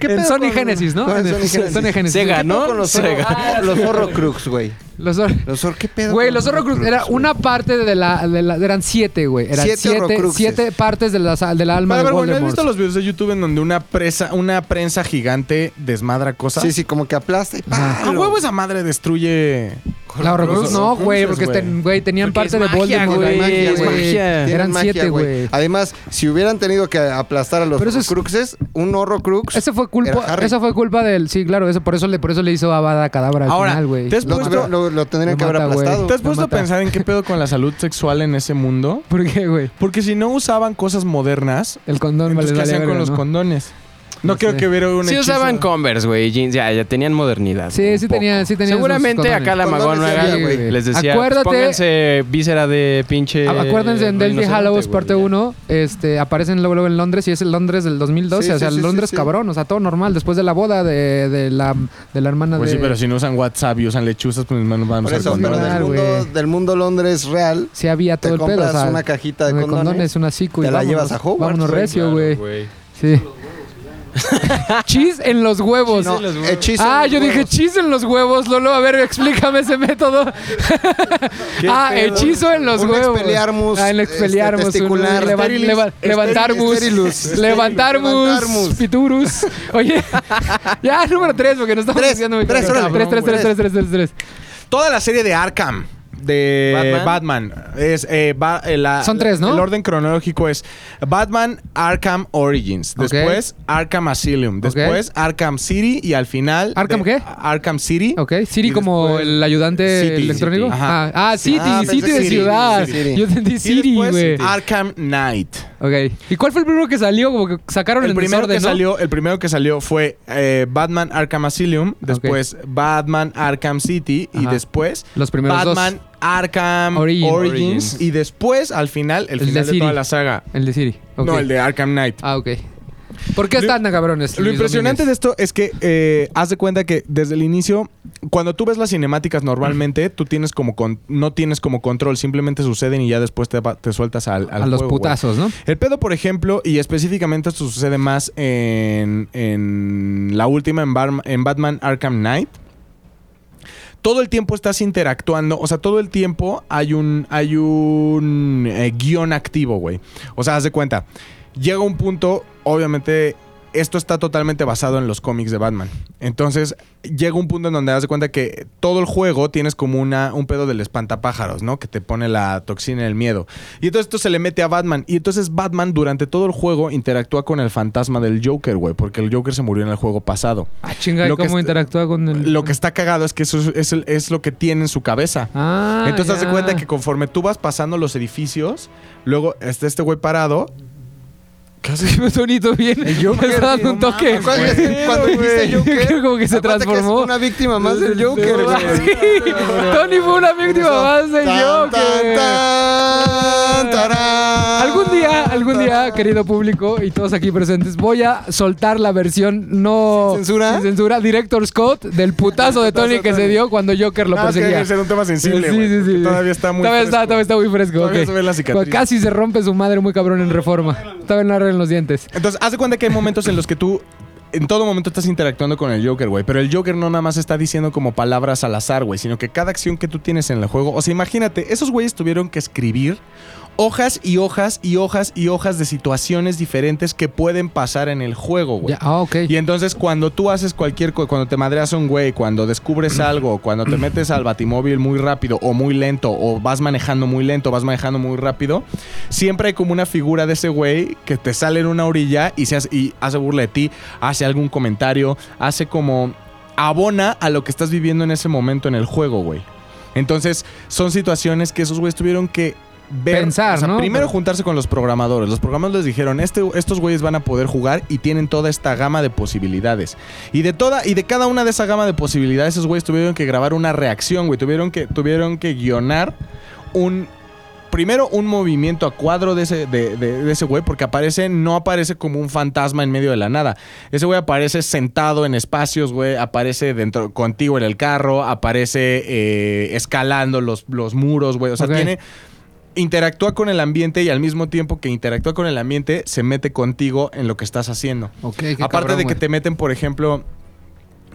En Sony Genesis, ¿no?
No,
En
en
el-
Sony Genesis.
Sony Genesis.
Sega, ¿no?
Con los
Sega.
zorro- los zorro crux, güey.
Los dos.
Los zorro, ¿qué pedo?
Güey,
con
los Horrocrux era
güey?
una parte de la, de la- eran siete, güey. Eran
Siete
siete, siete,
Horrocruxes.
partes de la, de la alma
Para
de
ver, güey, ¿no ¿has
Voldemort.
visto los videos de YouTube en donde una presa, una prensa gigante desmadra cosas?
Sí, sí, como que aplasta y ¡pá!
A huevo esa madre destruye.
La Horrocrux no, güey, porque
güey.
ten- güey, tenían
Porque
parte
es
de
magia,
Voldemort.
güey,
ahí,
es
güey.
magia.
Tienen
Eran
magia, Ah,
siete, güey.
Además, si hubieran tenido que aplastar a los
Pero eso es-
cruxes, un horro crux.
Eso fue
pues, Era
culpa,
Harry.
eso fue culpa del, sí, claro, eso por eso le por eso le hizo Avada Cadabra al
Ahora,
final, güey.
¿te has
lo,
puesto-
lo- lo tendrían
Lo
que haber
mata, güey.
aplastado.
¿Te has
Lo
puesto a
mata.
pensar en qué pedo con la salud sexual en ese mundo?
¿Por qué, güey?
Porque si no usaban cosas modernas,
El condón vale
entonces, ¿qué
vale
hacían
verga,
con los
¿no?
condones? No,
No
creo
sé.
que hubiera un
Sí
hechizo.
usaban Converse, güey, jeans, ya, ya tenían modernidad.
Sí,
un
sí
poco.
tenían, sí tenían.
Seguramente acá la
Condones
magón
ya había, güey.
les decía,
Acuérdate-
pónganse víscera de pinche
Acuérdense en Deadly
rinoceronte,
Hallows
eh, güey,
parte
ya.
1, este, aparecen luego, luego en Londres y es el Londres del 2012,
Sí,
o sea,
sí, sí,
Londres
sí, sí.
cabrón, o sea, todo normal, después de la boda de, de la, de la hermana
Pues
de...
sí, pero si no usan WhatsApp y usan lechuzas, pues no van a
Por
usar
eso, pero
condones.
del
Claro,
mundo,
güey.
del mundo Londres real,
Sí había
te
todo el pedo, o
compras
sea,
una cajita de
de
condones.
una cico y
te la
vámonos,
llevas a Hogwarts,
Vámonos
güey,
recio, güey.
Güey.
Sí. Chis en los huevos.
No, hechizo
Ah,
en
yo
los
dije
huevos.
chis en los huevos, Lolo. A ver, explícame ese método. ah,
pedo?
hechizo en los
Un
huevos.
Expelliarmus,
Ah, en
este,
expeliarmus.
testicular, esterilis, esteri-
levantarmus.
esterilus.
Levantarmus.
Levantarmus.
Piturus. Oye, ya, número 3, porque no estamos
Tres,
haciendo muy
tres,
cabrón.
ahora,
Tres, tres,
güey.
tres, tres, tres, tres, tres.
Toda la serie de Arkham de Batman, es eh, va- eh, la-
Son tres, ¿no?
el orden cronológico es Batman Arkham Origins después Arkham Asylum después Arkham City y al final
¿Arkham
de-
qué?
Arkham City
Ok, Siri
Y
como
después
el ayudante
City,
electrónico.
City, ajá.
Ah, ah, City,
Ah,
City
pensé
de
City,
ciudad.
City.
Yo entendí
y
City,
después ah,
güey.
Arkham Knight
Ok. ¿Y cuál fue el primero que salió? Como que sacaron el,
el primero
desorden,
que
¿no?
salió el primero que salió fue eh, Batman Arkham Asylum después Batman Arkham City y
Ajá.
después
Los primeros dos.
Batman Arkham
Origin.
Origins y después al final el,
El de
final de, toda
City.
la saga
El de Siri. ok.
No, el de Arkham Knight.
Ah, ok. ¿Por qué
Lo-
están tan cabrones?
Lo impresionante de esto es que eh, haz de cuenta que desde el inicio, cuando tú ves las cinemáticas normalmente, tú tienes como con- no tienes como control, simplemente suceden y ya después te, va- te sueltas al, al
A los
juego, güey.
putazos, ¿no?
El pedo, por ejemplo, y específicamente esto sucede más en, en la última, en, Bar- en Batman Arkham Knight. Todo el tiempo estás interactuando, o sea, todo el tiempo hay un, hay un eh, guión activo, güey. O sea, haz de cuenta, llega un punto, obviamente, esto está totalmente basado en los cómics de Batman. Entonces, llega un punto en donde das de cuenta que todo el juego tienes como una, un pedo del espantapájaros, ¿no? Que te pone la toxina del miedo. Y entonces esto se le mete a Batman. Y entonces Batman durante todo el juego interactúa con el fantasma del Joker, güey. Porque el Joker se murió en el juego pasado.
Ah, chinga, ¿y
Lo que
¿cómo
est-
interactúa con el...?
Lo que está cagado es que eso es, es el- es lo que tiene en su cabeza.
Ah,
Entonces, haz
ya.
de cuenta que conforme tú vas pasando los edificios, luego está este güey parado ¿Qué haces?
Me sonito bien. Yo me está dando un toque.
Cuando cuando dijiste Joker,
Creo como que se
acuérdate es
transformó.
una víctima más del Joker, güey.
Sí, Tony fue una víctima más del
Tan,
Joker.
tan, tan, tarán.
Algún día, algún día, querido público y todos aquí presentes, voy a soltar la versión no.
¿Sin censura?
Sin censura, Director Scott, del putazo de Tony que se dio cuando Joker lo
Nada, es que
perseguía.
debe ser un tema sensible,
Sí,
güey,
sí,
porque
sí.
Todavía está muy
Todavía está,
fresco.
todavía está muy fresco.
Todavía
ok. Pues
se ve la cicatriz.
Casi se rompe su madre muy cabrón en reforma. Todavía no arreglan los dientes.
Entonces, haz de cuenta que hay momentos en los que tú en todo momento estás interactuando con el Joker, güey. Pero el Joker no nada más está diciendo como palabras al azar, güey. Sino que cada acción que tú tienes en el juego. O sea, imagínate, esos güeyes tuvieron que escribir hojas y hojas y hojas y hojas de situaciones diferentes que pueden pasar en el juego, güey.
Ya, ah, ok.
Y entonces cuando tú haces cualquier cosa, cuando te madreas a un güey, cuando descubres algo, cuando te metes al batimóvil muy rápido o muy lento, o vas manejando muy lento, vas manejando muy rápido, siempre hay como una figura de ese güey que te sale en una orilla y, se hace, y hace burla de ti, hace algún comentario, hace como abona a lo que estás viviendo en ese momento en el juego, güey. Entonces son situaciones que esos güeyes tuvieron que... Ver,
Pensar,
o sea,
¿no?
Primero juntarse con los programadores. Los programadores les dijeron, este, estos güeyes van a poder jugar y tienen toda esta gama de posibilidades. Y de toda, y de cada una de esa gama de posibilidades, esos güeyes tuvieron que grabar una reacción, güey. Tuvieron que, tuvieron que guionar un. Primero, un movimiento a cuadro de ese, de, de- de ese güey, porque aparece, no aparece como un fantasma en medio de la nada. Ese güey aparece sentado en espacios, güey, aparece dentro, contigo en el carro, aparece eh, escalando los, los muros, güey. O sea,
Ok.
tiene, interactúa con el ambiente y al mismo tiempo que interactúa con el ambiente, se mete contigo en lo que estás haciendo.
Ok, qué
Aparte
cabrón,
de que
güey.
te meten, por ejemplo,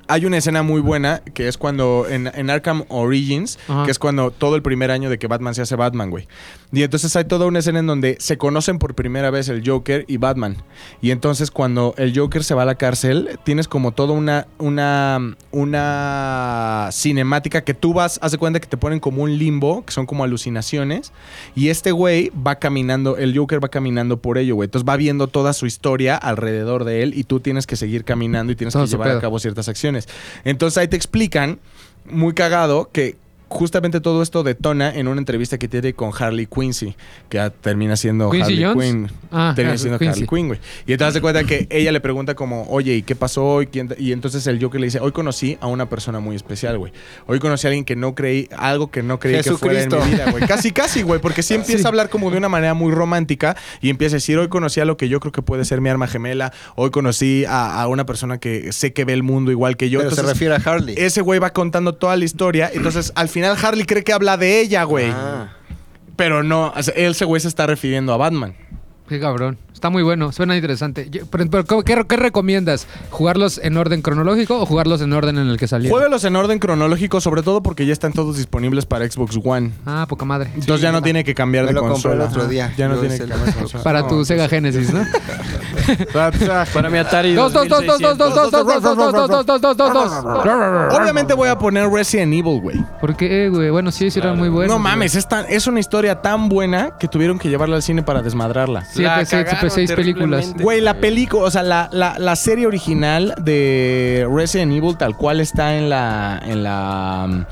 hay una escena muy buena que es cuando en, en Arkham Origins,
Ajá.
que es cuando todo el primer año de que Batman se hace Batman, güey. Y entonces hay toda una escena en donde se conocen por primera vez el Joker y Batman. Y entonces cuando el Joker se va a la cárcel, tienes como toda una, una, una cinemática que tú vas, hace cuenta que te ponen como un limbo, que son como alucinaciones. Y este güey va caminando, el Joker va caminando por ello, güey. Entonces va viendo toda su historia alrededor de él y tú tienes que seguir caminando y tienes
Todo
que
su
llevar a
pedo.
cabo ciertas acciones. Entonces ahí te explican, muy cagado, que justamente todo esto detona en una entrevista que tiene con Harley Quincy, que ah, termina siendo
¿Quincy
Harley
Jones?
Quinn.
Ah,
termina
Harley
siendo
Quincy.
Harley Quinn, güey. Y entonces se cuenta que ella le pregunta como, oye, ¿y qué pasó hoy? ¿Quién te-?" Y entonces el Joker le dice, hoy conocí a una persona muy especial, güey. Hoy conocí a alguien que no creí, algo que no creí que fuera
Jesucristo.
en mi vida, güey. Casi, casi, güey, porque sí empieza a hablar como de una manera muy romántica y empieza a decir, hoy conocí a lo que yo creo que puede ser mi arma gemela, hoy conocí a, a una persona que sé que ve el mundo igual que yo.
Pero se
Entonces,
refiere a Harley.
ese güey va contando toda la historia. Entonces, al final Harley cree que habla de ella, güey.
Ah.
Pero no, o sea, ese güey se está refiriendo a Batman.
Qué cabrón. Está muy bueno, suena interesante. Yo- pero, pero, ¿cómo- ¿qué, qué recomiendas? ¿Jugarlos en orden cronológico o jugarlos en orden en el que salieron?
Juégalos en orden cronológico, sobre todo porque ya están todos disponibles para Xbox One.
Ah, poca madre.
Entonces ya no tiene que cambiar
Me
de
lo compré
consola.
el otro día.
Ya no
Yo
tiene que
hice el-
cambiar de consola.
Para tu Sega Genesis, ¿no?
Para mi Atari.
Dos, dos, dos, dos, dos, dos,
2600.
dos, dos, dos, dos, dos, dos, dos, dos, dos, dos.
Obviamente voy a poner Resident Evil, güey.
¿Por qué, güey? Bueno, sí, sí, era muy bueno.
no mames, es, tan- es una historia tan buena que tuvieron que llevarla al cine para desmadrarla.
La
Siete, siete,
cagaron
seis películas.
terriblemente.
Güey, la película, o sea, la, la- la serie original de Resident Evil tal cual está en la... En la mm,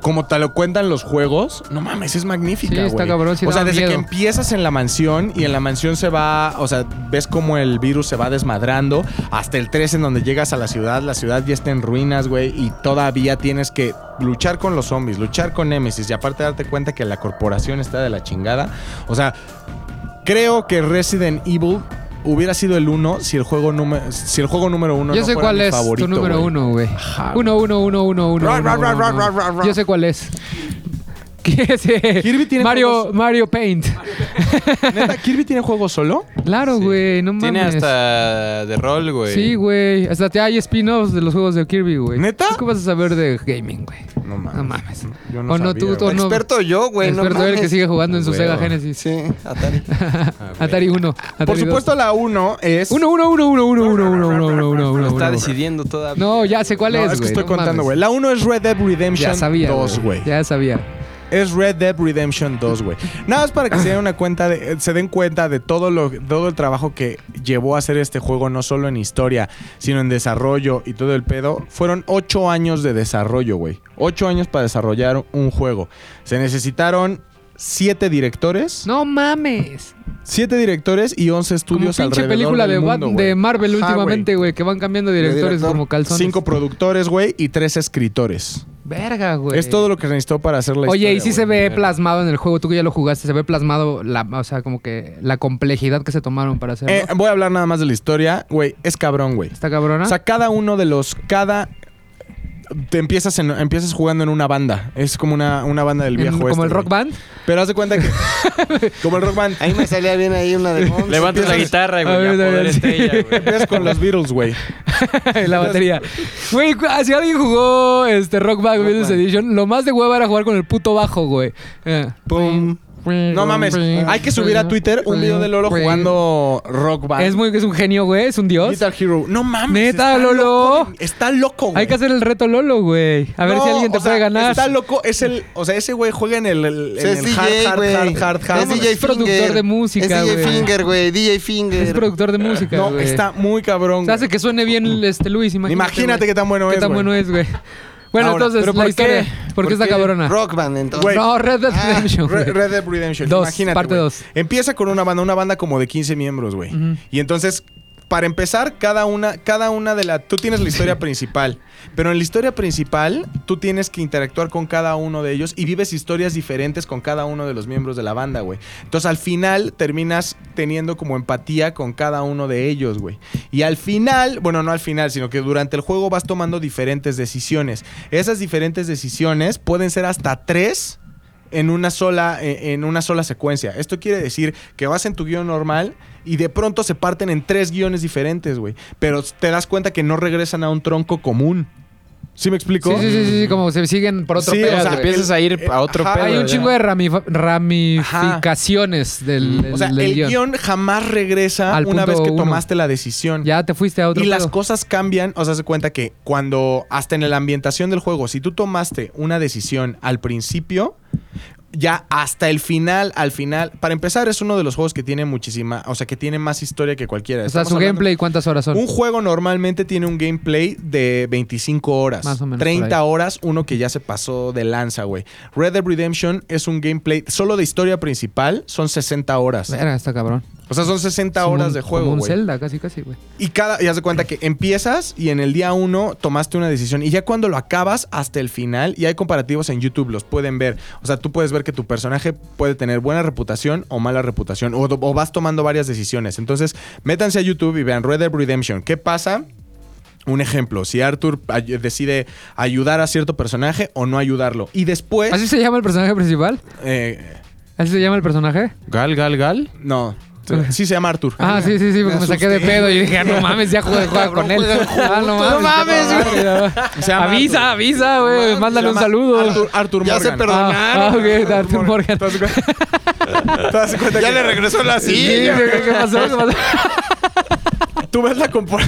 como te lo cuentan los juegos, no mames, es magnífica.
Sí, está
güey.
cabrón, sí
o sea,
daba
desde
miedo.
que empiezas en la mansión y en la mansión se va, o sea, ves como el virus se va desmadrando hasta el 3 en donde llegas a la ciudad, la ciudad ya está en ruinas, güey, y todavía tienes que luchar con los zombies, luchar con Nemesis y aparte darte cuenta que la corporación está de la chingada. O sea, Creo que Resident Evil hubiera sido el 1 si el juego número si el juego número 1
Yo
no
sé
fuera
cuál
mi
es
favorito,
tu número
güey.
uno, güey.
Ajá,
Uno, uno, uno, uno, uno.
Ra,
uno,
ra,
uno,
ra,
uno,
ra,
uno.
ra, ra, ra.
Yo sé cuál es. ¿Qué es? eh?
Kirby tiene
Mario,
juegos-
Mario Paint.
Neta, Kirby tiene juego solo?
Claro, güey, no mames.
Tiene hasta de rol, güey.
Sí, güey. Hasta te hay spin-offs de los juegos de Kirby, güey.
¿Neta?
¿Tú ¿Qué vas a saber de gaming, güey?
No
No mames.
Yo
o no
sabía,
tú, o
güey. Ah,
no.
Experto yo, güey. no
Experto el que
mames.
sigue jugando en su Sega Genesis.
Sí, Atari.
Atari 1. Atari
Por supuesto la 1 es
1, 1, 1, 1, 1, 1, 1, 1, 1, 1.
Está decidiendo todavía.
No, ya sé cuál
No,
es,
es que
güey,
estoy
no
contando,
mames.
güey. La 1 es Red Dead Redemption
Ya sabía.
2, güey.
Ya sabía.
Es Red Dead Redemption 2, güey. Nada más para que se den una cuenta de- eh, se den cuenta de todo lo todo el trabajo que llevó a hacer este juego no solo en historia, sino en desarrollo y todo el pedo. Fueron ocho años de desarrollo, güey. Ocho años para desarrollar un juego. Se necesitaron siete directores.
No mames.
Siete directores y 11
Como
estudios
pinche
alrededor
película
del
de, Bat-
mundo,
de
güey.
Marvel
Ajá,
últimamente, güey, que van cambiando directores
director,
como calzones.
Cinco productores, güey, y tres escritores.
Verga, güey.
Es todo lo que se necesitó para hacer la historia.
Oye, y sí se
güey.
ve plasmado en el juego, tú que ya lo jugaste, se ve plasmado la, o sea, como que la complejidad que se tomaron para hacerlo.
Eh, voy a hablar nada más de la historia. Güey, es cabrón, güey.
Está cabrona.
O sea, cada uno de los. Cada. Te empiezas, en- empiezas jugando en una banda. Es como una, una banda del
En-
viejo
como
oeste,
el
güey.
rock band.
Pero haz de cuenta que. como el rock band.
Ahí me salía bien ahí una de Mons.
Levantas la guitarra,
A
güey,
ver,
a
a ver,
poder
sí.
estrella, güey.
Empiezas con los Beatles, güey.
la batería. Güey, cu- ah, si alguien jugó este Rock Band Business Edition, lo más de hueva era jugar con el puto bajo, güey. Eh.
Pum. No mames. Hay que subir a Twitter un video de Lolo jugando rock band.
Es muy es un genio, güey, es un dios.
Guitar Hero. No mames.
Neta,
está
Lolo.
loco, está loco, güey.
Hay que hacer el reto Lolo, güey. A ver
No,
si alguien te
o sea,
puede ganar.
Está loco, es el, o sea, ese güey juega en el, el- en
Es
el
DJ,
hard,
güey.
hard, hard, hard, hard.
Es
No,
DJ
Es productor
Finger.
de música,
Es DJ
güey.
Finger, güey. DJ Finger.
Es productor de
Ah,
música,
No,
güey.
está muy cabrón.
O sea, hace
güey.
que suene bien este Luis, imagínate.
Imagínate
güey.
qué tan bueno
Qué
es,
tan
güey.
bueno es, güey. Bueno,
Ahora,
entonces,
¿pero
la
por
historia.
qué?
¿Por qué está cabrona?
Rock band, entonces.
Güey.
No, Red Dead
Ah,
Redemption.
Re-
güey.
Red Dead Redemption.
Dos,
imagínate,
parte
güey.
dos.
Empieza con una banda, una banda como de 15 miembros, güey. Y entonces, para empezar, cada una, cada una de las. Tú tienes la historia principal. Pero en la historia principal, tú tienes que interactuar con cada uno de ellos y vives historias diferentes con cada uno de los miembros de la banda, güey. Entonces, al final, terminas teniendo como empatía con cada uno de ellos, güey. Y al final, bueno, no al final, sino que durante el juego vas tomando diferentes decisiones. Esas diferentes decisiones pueden ser hasta tres en una sola eh, en una sola secuencia. Esto quiere decir que vas en tu guión normal y de pronto se parten en tres guiones diferentes, güey. Pero te das cuenta que no regresan a un tronco común. ¿Sí me explico?
Sí, sí, sí, sí, sí, como se siguen por otro
Sí, o
pedo,
sea, eh,
güey.
Empiezas a ir a otro
Ajá,
pedo.
Hay un
ya.
chingo de ramifa- ramificaciones del, del,
O sea,
del
el
guión.
guión jamás regresa
Al
una vez
punto
que
uno.
tomaste la decisión.
Ya te fuiste a otro
Y las
pedo.
cosas cambian, o sea, se cuenta que cuando, hasta en la ambientación del juego, si tú tomaste una decisión al principio, ya hasta el final, al final, para empezar, es uno de los juegos que tiene muchísima, o sea, que tiene más historia que cualquiera.
O sea,
Estamos
su
hablando-
gameplay, ¿cuántas horas son?
Un juego normalmente tiene un gameplay de 25 horas.
Más o menos, por
30
ahí.
horas, uno que ya se pasó de lanza, güey. Red Dead Redemption es un gameplay solo de historia principal, son 60 horas.
Verga, está cabrón.
O sea, son 60
Como
horas
un-
de juego,
Como un
güey.
Zelda, casi, casi, güey.
Y cada, y haz de cuenta que empiezas y en el día uno tomaste una decisión. Y ya cuando lo acabas hasta el final, y hay comparativos en YouTube, los pueden ver. O sea, tú puedes ver que tu personaje puede tener buena reputación o mala reputación. O, o vas tomando varias decisiones. Entonces, métanse a YouTube y vean Red Dead Redemption. ¿Qué pasa? Un ejemplo, si Arthur ay- decide ayudar a cierto personaje o no ayudarlo. Y después.
¿Así se llama el personaje principal?
eh,
¿Así se llama el personaje?
Gal, gal, gal.
no. Sí se llama Arthur.
Ah, sí, sí, sí, porque me, saqué de pedo y dije, ah, no mames, ya juega, juega con él. Ah, no mames,
Se
güey.
llama
Avisa, avisa, güey. Mándale un saludo.
Arthur, Arthur
Ya
Morgan.
se perdonó.
Ah, ah, ok, Arthur Morgan.
¿Te das cuenta? ¿Te das cuenta que-
la
Sí, güey, ¿qué pasó? ¿Qué pasó?
Tú ves la compor-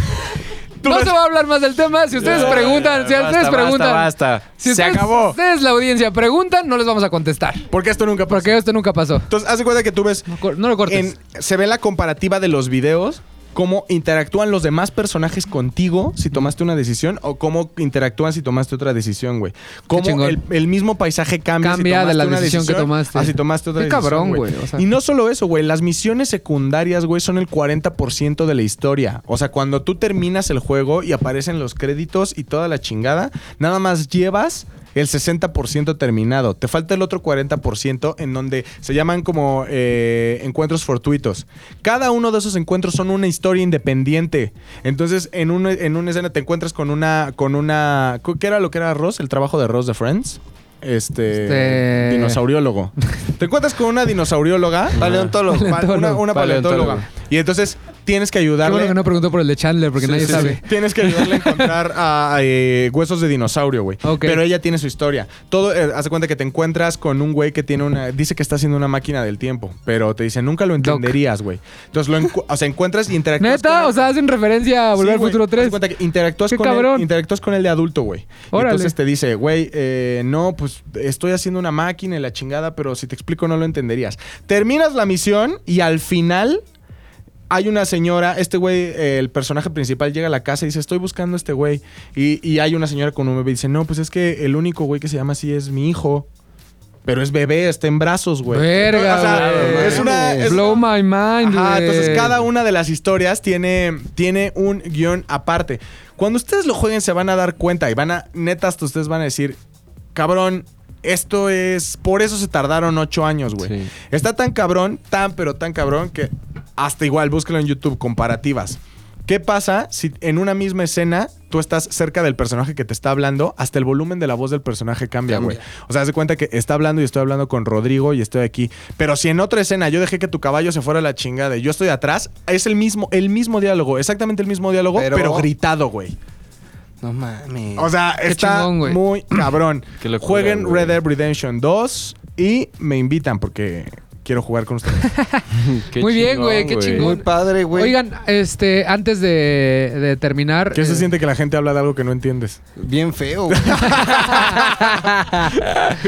Tú
No
ves-
se va a hablar más del tema. Si ustedes preguntan, si ustedes preguntan.
Basta, basta.
Si
Se
ustedes-
acabó.
Ustedes, la audiencia, preguntan, no les vamos a contestar.
Porque esto nunca pasó.
Porque esto nunca pasó.
Entonces, haz de cuenta que tú ves.
No cor- no lo cortes.
en- se ve la comparativa de los videos. Cómo interactúan los demás personajes contigo si tomaste una decisión o cómo interactúan si tomaste otra decisión, güey. Cómo
chingón.
el, el mismo paisaje cambia, si
Cambia de la
tomaste una
decisión que tomaste.
a si tomaste otra
Qué
decisión.
cabrón, güey, o sea.
Y no solo eso, güey. Las misiones secundarias, güey, son el 40% de la historia. O sea, cuando tú terminas el juego y aparecen los créditos y toda la chingada, nada más llevas el 60% terminado. Te falta el otro 40% en donde se llaman como eh, encuentros fortuitos. Cada uno de esos encuentros son una historia independiente. Entonces, en una, en una escena te encuentras con una, con una... ¿Qué era lo que era Ross? El trabajo de Ross de Friends. Este,
Este-
dinosauriólogo. Te encuentras con una dinosaurióloga.
Ah.
Paleontólogo.
Pa- Una, una
Paleontólogo.
paleontóloga. Y entonces tienes que
Qué
ayudarle.
bueno que no preguntó por el de Chandler, porque
Sí,
nadie
sí,
sabe.
sí. Tienes que ayudarle a encontrar a, eh, huesos de dinosaurio, güey.
Ok.
Pero ella tiene su historia. Todo, eh, haz de cuenta que te encuentras con un güey que tiene una. Dice que está haciendo una máquina del tiempo, pero te dice, nunca lo entenderías, güey. Entonces lo encu- o sea, encuentras y interactúas.
Neta,
con-
o sea, hacen referencia a
Sí,
Volver al
güey.
Futuro
Haz de
3.
cuenta que interactúas
Qué
con,
cabrón.
el, interactúas con el de adulto, güey. Y
Órale.
Entonces te dice, güey, eh, no, pues estoy haciendo una máquina y la chingada, pero si te explico no lo entenderías. Terminas la misión y al final hay una señora, este güey, eh, el personaje principal llega a la casa y dice, estoy buscando a este güey. Y, y hay una señora con un bebé y dice, no, pues es que el único güey que se llama así es mi hijo. Pero es bebé, está en brazos, güey.
Verga,
O sea,
güey.
es una. es-
Blow my mind,
Ajá,
güey.
entonces eh, cada una de las historias tiene, tiene un guión aparte. Cuando ustedes lo jueguen se van a dar cuenta y van a, netas, ustedes van a decir, cabrón, esto es, por eso se tardaron ocho años, güey.
Sí.
Está tan cabrón, tan pero tan cabrón que hasta igual, búsquelo en YouTube, comparativas. ¿Qué pasa si en una misma escena tú estás cerca del personaje que te está hablando? Hasta el volumen de la voz del personaje cambia, güey. O sea, haz de cuenta que está hablando y estoy hablando con Rodrigo y estoy aquí. Pero si en otra escena yo dejé que tu caballo se fuera a la chingada y yo estoy atrás, es el mismo, el mismo diálogo, exactamente el mismo diálogo, pero,
Pero-
gritado, güey.
No mames.
O sea, está
chingón, güey.
muy cabrón.
Qué locura,
Jueguen
güey.
Red Dead Redemption 2 y me invitan porque quiero jugar con ustedes.
Qué
Muy bien,
chingón,
güey, qué
muy
chingón.
padre, güey.
Oigan, este, antes de, de terminar.
¿Qué
eh,
se siente que la gente habla de algo que no entiendes?
Bien feo. güey.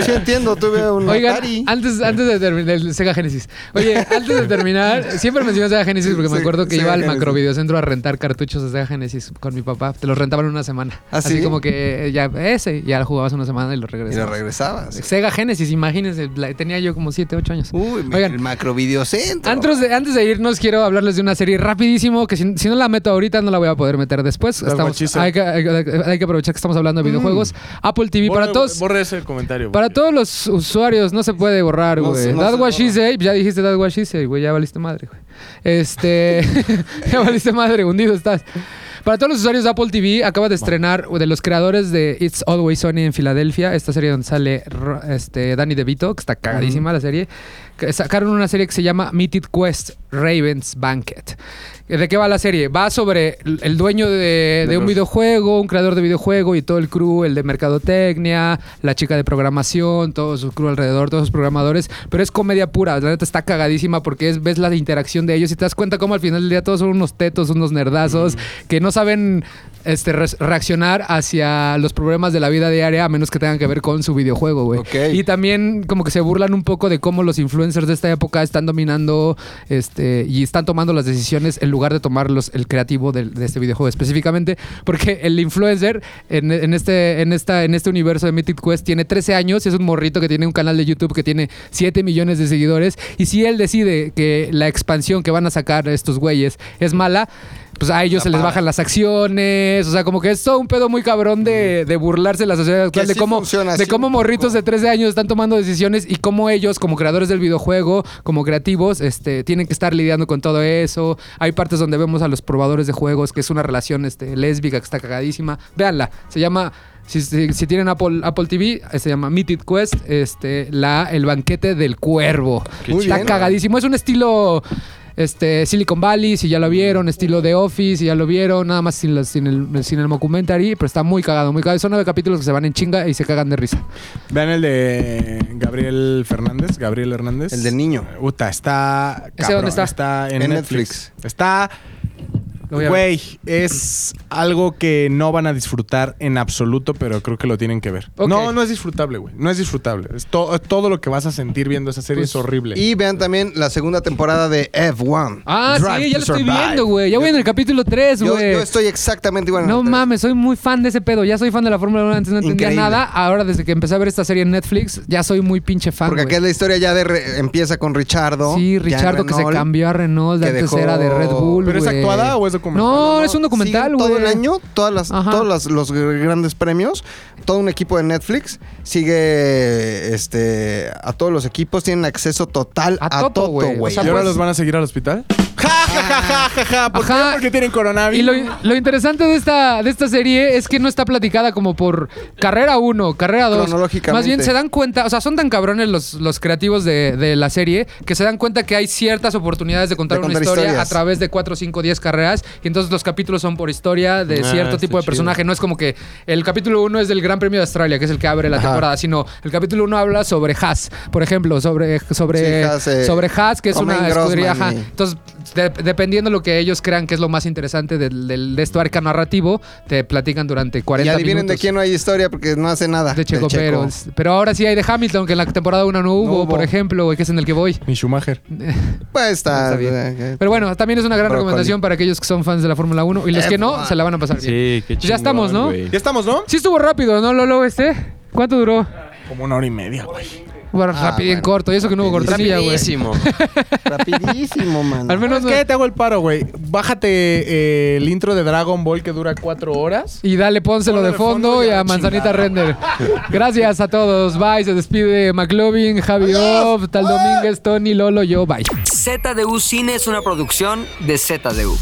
Yo entiendo, tuve un
Oigan,
Atari.
antes, antes de terminar, el Sega Genesis. Oye, antes de terminar, siempre menciono Sega Genesis porque me
Se-
acuerdo que
Sega
iba al
Genesis.
macrovideocentro a rentar cartuchos de Sega Genesis con mi papá. Te los rentaban una semana.
¿Ah,
Así
sí?
como que eh, ya ese, ya lo jugabas una semana y lo
Y lo
regresabas.
regresabas.
Sega Genesis, imagínense, la- tenía yo como 7, 8 años.
Uy,
Oigan.
el macro videocentro.
Antes de, antes de irnos, quiero hablarles de una serie rapidísimo, que si, si no la meto ahorita, no la voy a poder meter después.
That's
Estamos-
what she said.
hay, que, hay que- hay que aprovechar que estamos hablando de
Mm.
videojuegos. Apple TV, para
Borre-
todos...
Borre ese comentario.
Para
porque-
todos los usuarios no se puede borrar,
No
güey.
se- no
that
se
what she
borra.
said, ya dijiste that what she said, güey, ya valiste madre, güey. Este, ya valiste madre, hundido estás. Para todos los usuarios de Apple TV, acaba de estrenar de los creadores de It's Always Sunny en Filadelfia, esta serie donde sale Ro- este, Danny DeVito, que está cagadísima la serie, que sacaron una serie que se llama Mythic Quest Raven's Banquet. ¿De qué va la serie? Va sobre el- el dueño de, de un videojuego, un creador de videojuego y todo el crew, el de mercadotecnia, la chica de programación, todo su crew alrededor, todos los programadores. Pero es comedia pura, la neta está cagadísima porque es, ves la interacción de ellos y te das cuenta cómo al final del día todos son unos tetos, unos nerdazos que no saben este, re- reaccionar hacia los problemas de la vida diaria a menos que tengan que ver con su videojuego, güey.
Ok.
Y también como que se burlan un poco de cómo los influencers de esta época están dominando este y están tomando las decisiones en lugar de tomar los- el creativo del- de, este videojuego específicamente porque el influencer en, en este en esta en este universo de Mythic Quest tiene 13 años y es un morrito que tiene un canal de YouTube que tiene 7 millones de seguidores y si él decide que la expansión que van a sacar estos güeyes es mala pues a ellos se les bajan las acciones, o sea, como que es todo un pedo muy cabrón de, de burlarse de la sociedad actual, de
sí
cómo,
funciona
de
así
cómo
un
morritos
poco.
de 13 años están tomando decisiones y cómo ellos, como creadores del videojuego, como creativos, este, tienen que estar lidiando con todo eso. Hay partes donde vemos a los probadores de juegos, que es una relación este, lésbica que está cagadísima. Véanla, se llama. Si, si- si tienen Apple, Apple TV, eh, se llama Meet It Quest, este, la, el banquete del cuervo.
Qué
está
chido.
cagadísimo. Es un estilo este, Silicon Valley, si ya lo vieron, estilo de Office, si ya lo vieron, nada más sin, la- sin el, sin el mockumentary, pero está muy cagado, muy cagado. Son nueve capítulos que se van en chinga y se cagan de risa.
Vean el de Gabriel Fernández, Gabriel Hernández.
El del niño.
Uta, está.
¿Ese
cabrón,
dónde está?
en,
En
Netflix. Está.
Lo voy a ver.
Güey, es algo que no van a disfrutar en absoluto, pero creo que lo tienen que ver.
Ok.
No, no es disfrutable, güey. No es disfrutable. Es to- todo lo que vas a sentir viendo esa serie
Pues,
es horrible.
Y vean también la segunda temporada de F1.
Ah,
Drive
sí, ya lo
to
estoy
Survive.
viendo, güey. Ya voy en el capítulo 3,
Yo,
güey.
yo estoy exactamente igual. en
No
la tele.
mames, soy muy fan de ese pedo. Ya soy fan de la Fórmula 1, antes no entendía
Increíble.
nada. Ahora, desde que empecé a ver esta serie en Netflix, ya soy muy pinche fan.
Porque
güey.
aquí es la historia ya de re- empieza con Richardo.
Sí,
ya en
Richardo que se
Renault.
cambió a Renault, de
que
antes
dejó-
era de Red Bull.
¿Pero es
güey.
actuada o es documental?
No, es un documental,
Siguen
güey.
Todo el año, todas las,
Ajá.
todos las- los gr- grandes premios, todo un equipo de Netflix sigue este a todos los equipos, tienen acceso total
A
a,
Toto,
Toto,
güey. O
güey.
¿Y
sea,
ahora
pues-
los van a seguir al hospital? ¡Ja, ja, ja, ja, ja, ja! ¿Por qué?
Ajá.
Porque tienen coronavirus.
Y lo, lo interesante de esta, de esta serie es que no está platicada como por carrera 1, carrera 2.
Cronológicamente.
Más bien se dan cuenta, o sea, son tan cabrones los, los creativos de, de la serie que se dan cuenta que hay ciertas oportunidades de contar,
De contar
una historia
historias.
a través de 4, 5, 10 carreras. Y entonces los capítulos son por historia de
Ah,
cierto
está
tipo de
chido.
personaje. No es como que el capítulo 1 es del Gran Premio de Australia, que es el que abre la temporada, sino el capítulo 1 habla sobre Haas, por ejemplo, sobre, sobre,
Sí, Haas, eh,
sobre Haas, que es
Romain
una escudería.
Grossman
ajá.
y-
Entonces, de- dependiendo lo que ellos crean que es lo más interesante del, del- de este arca narrativo, te platican durante
Y
40
adivinen
minutos.
de quién no hay historia porque no hace nada.
De Checo
Del
Pérez. Pero ahora sí hay de Hamilton, que en la temporada 1 no hubo,
No hubo.
por ejemplo, güey, que es en el que voy.
Ni Schumacher.
Pues está,
Está bien.
eh,
Pero bueno, también es una gran
Brócoli.
recomendación para aquellos que son fans de la Fórmula 1 y los que no,
F1.
se la van a pasar bien.
Sí, qué
Pues Ya
chingón,
estamos, ¿no?
güey.
Ya estamos, ¿no?
Sí estuvo rápido, ¿no, Lolo, este? ¿Cuánto duró?
Como una hora y media, güey.
Bueno,
Ah,
rápido y en
bueno.
corto. Y eso que no hubo cortinilla, güey.
Rapidísimo.
Rapidísimo, mano.
Al menos.
¿Sabes qué? Te hago el paro, güey. Bájate eh, el intro de Dragon Ball que dura cuatro horas.
Y dale, pónselo
Ponlo
de
de fondo
fondo
y
y
a la
a Manzanita
chingada.
Render. Gracias a todos. Bye. Se despide McLovin, Javi Off, Tal Domínguez, Tony, Lolo, yo. Bye.
ZDU Cine es una producción de ZDU.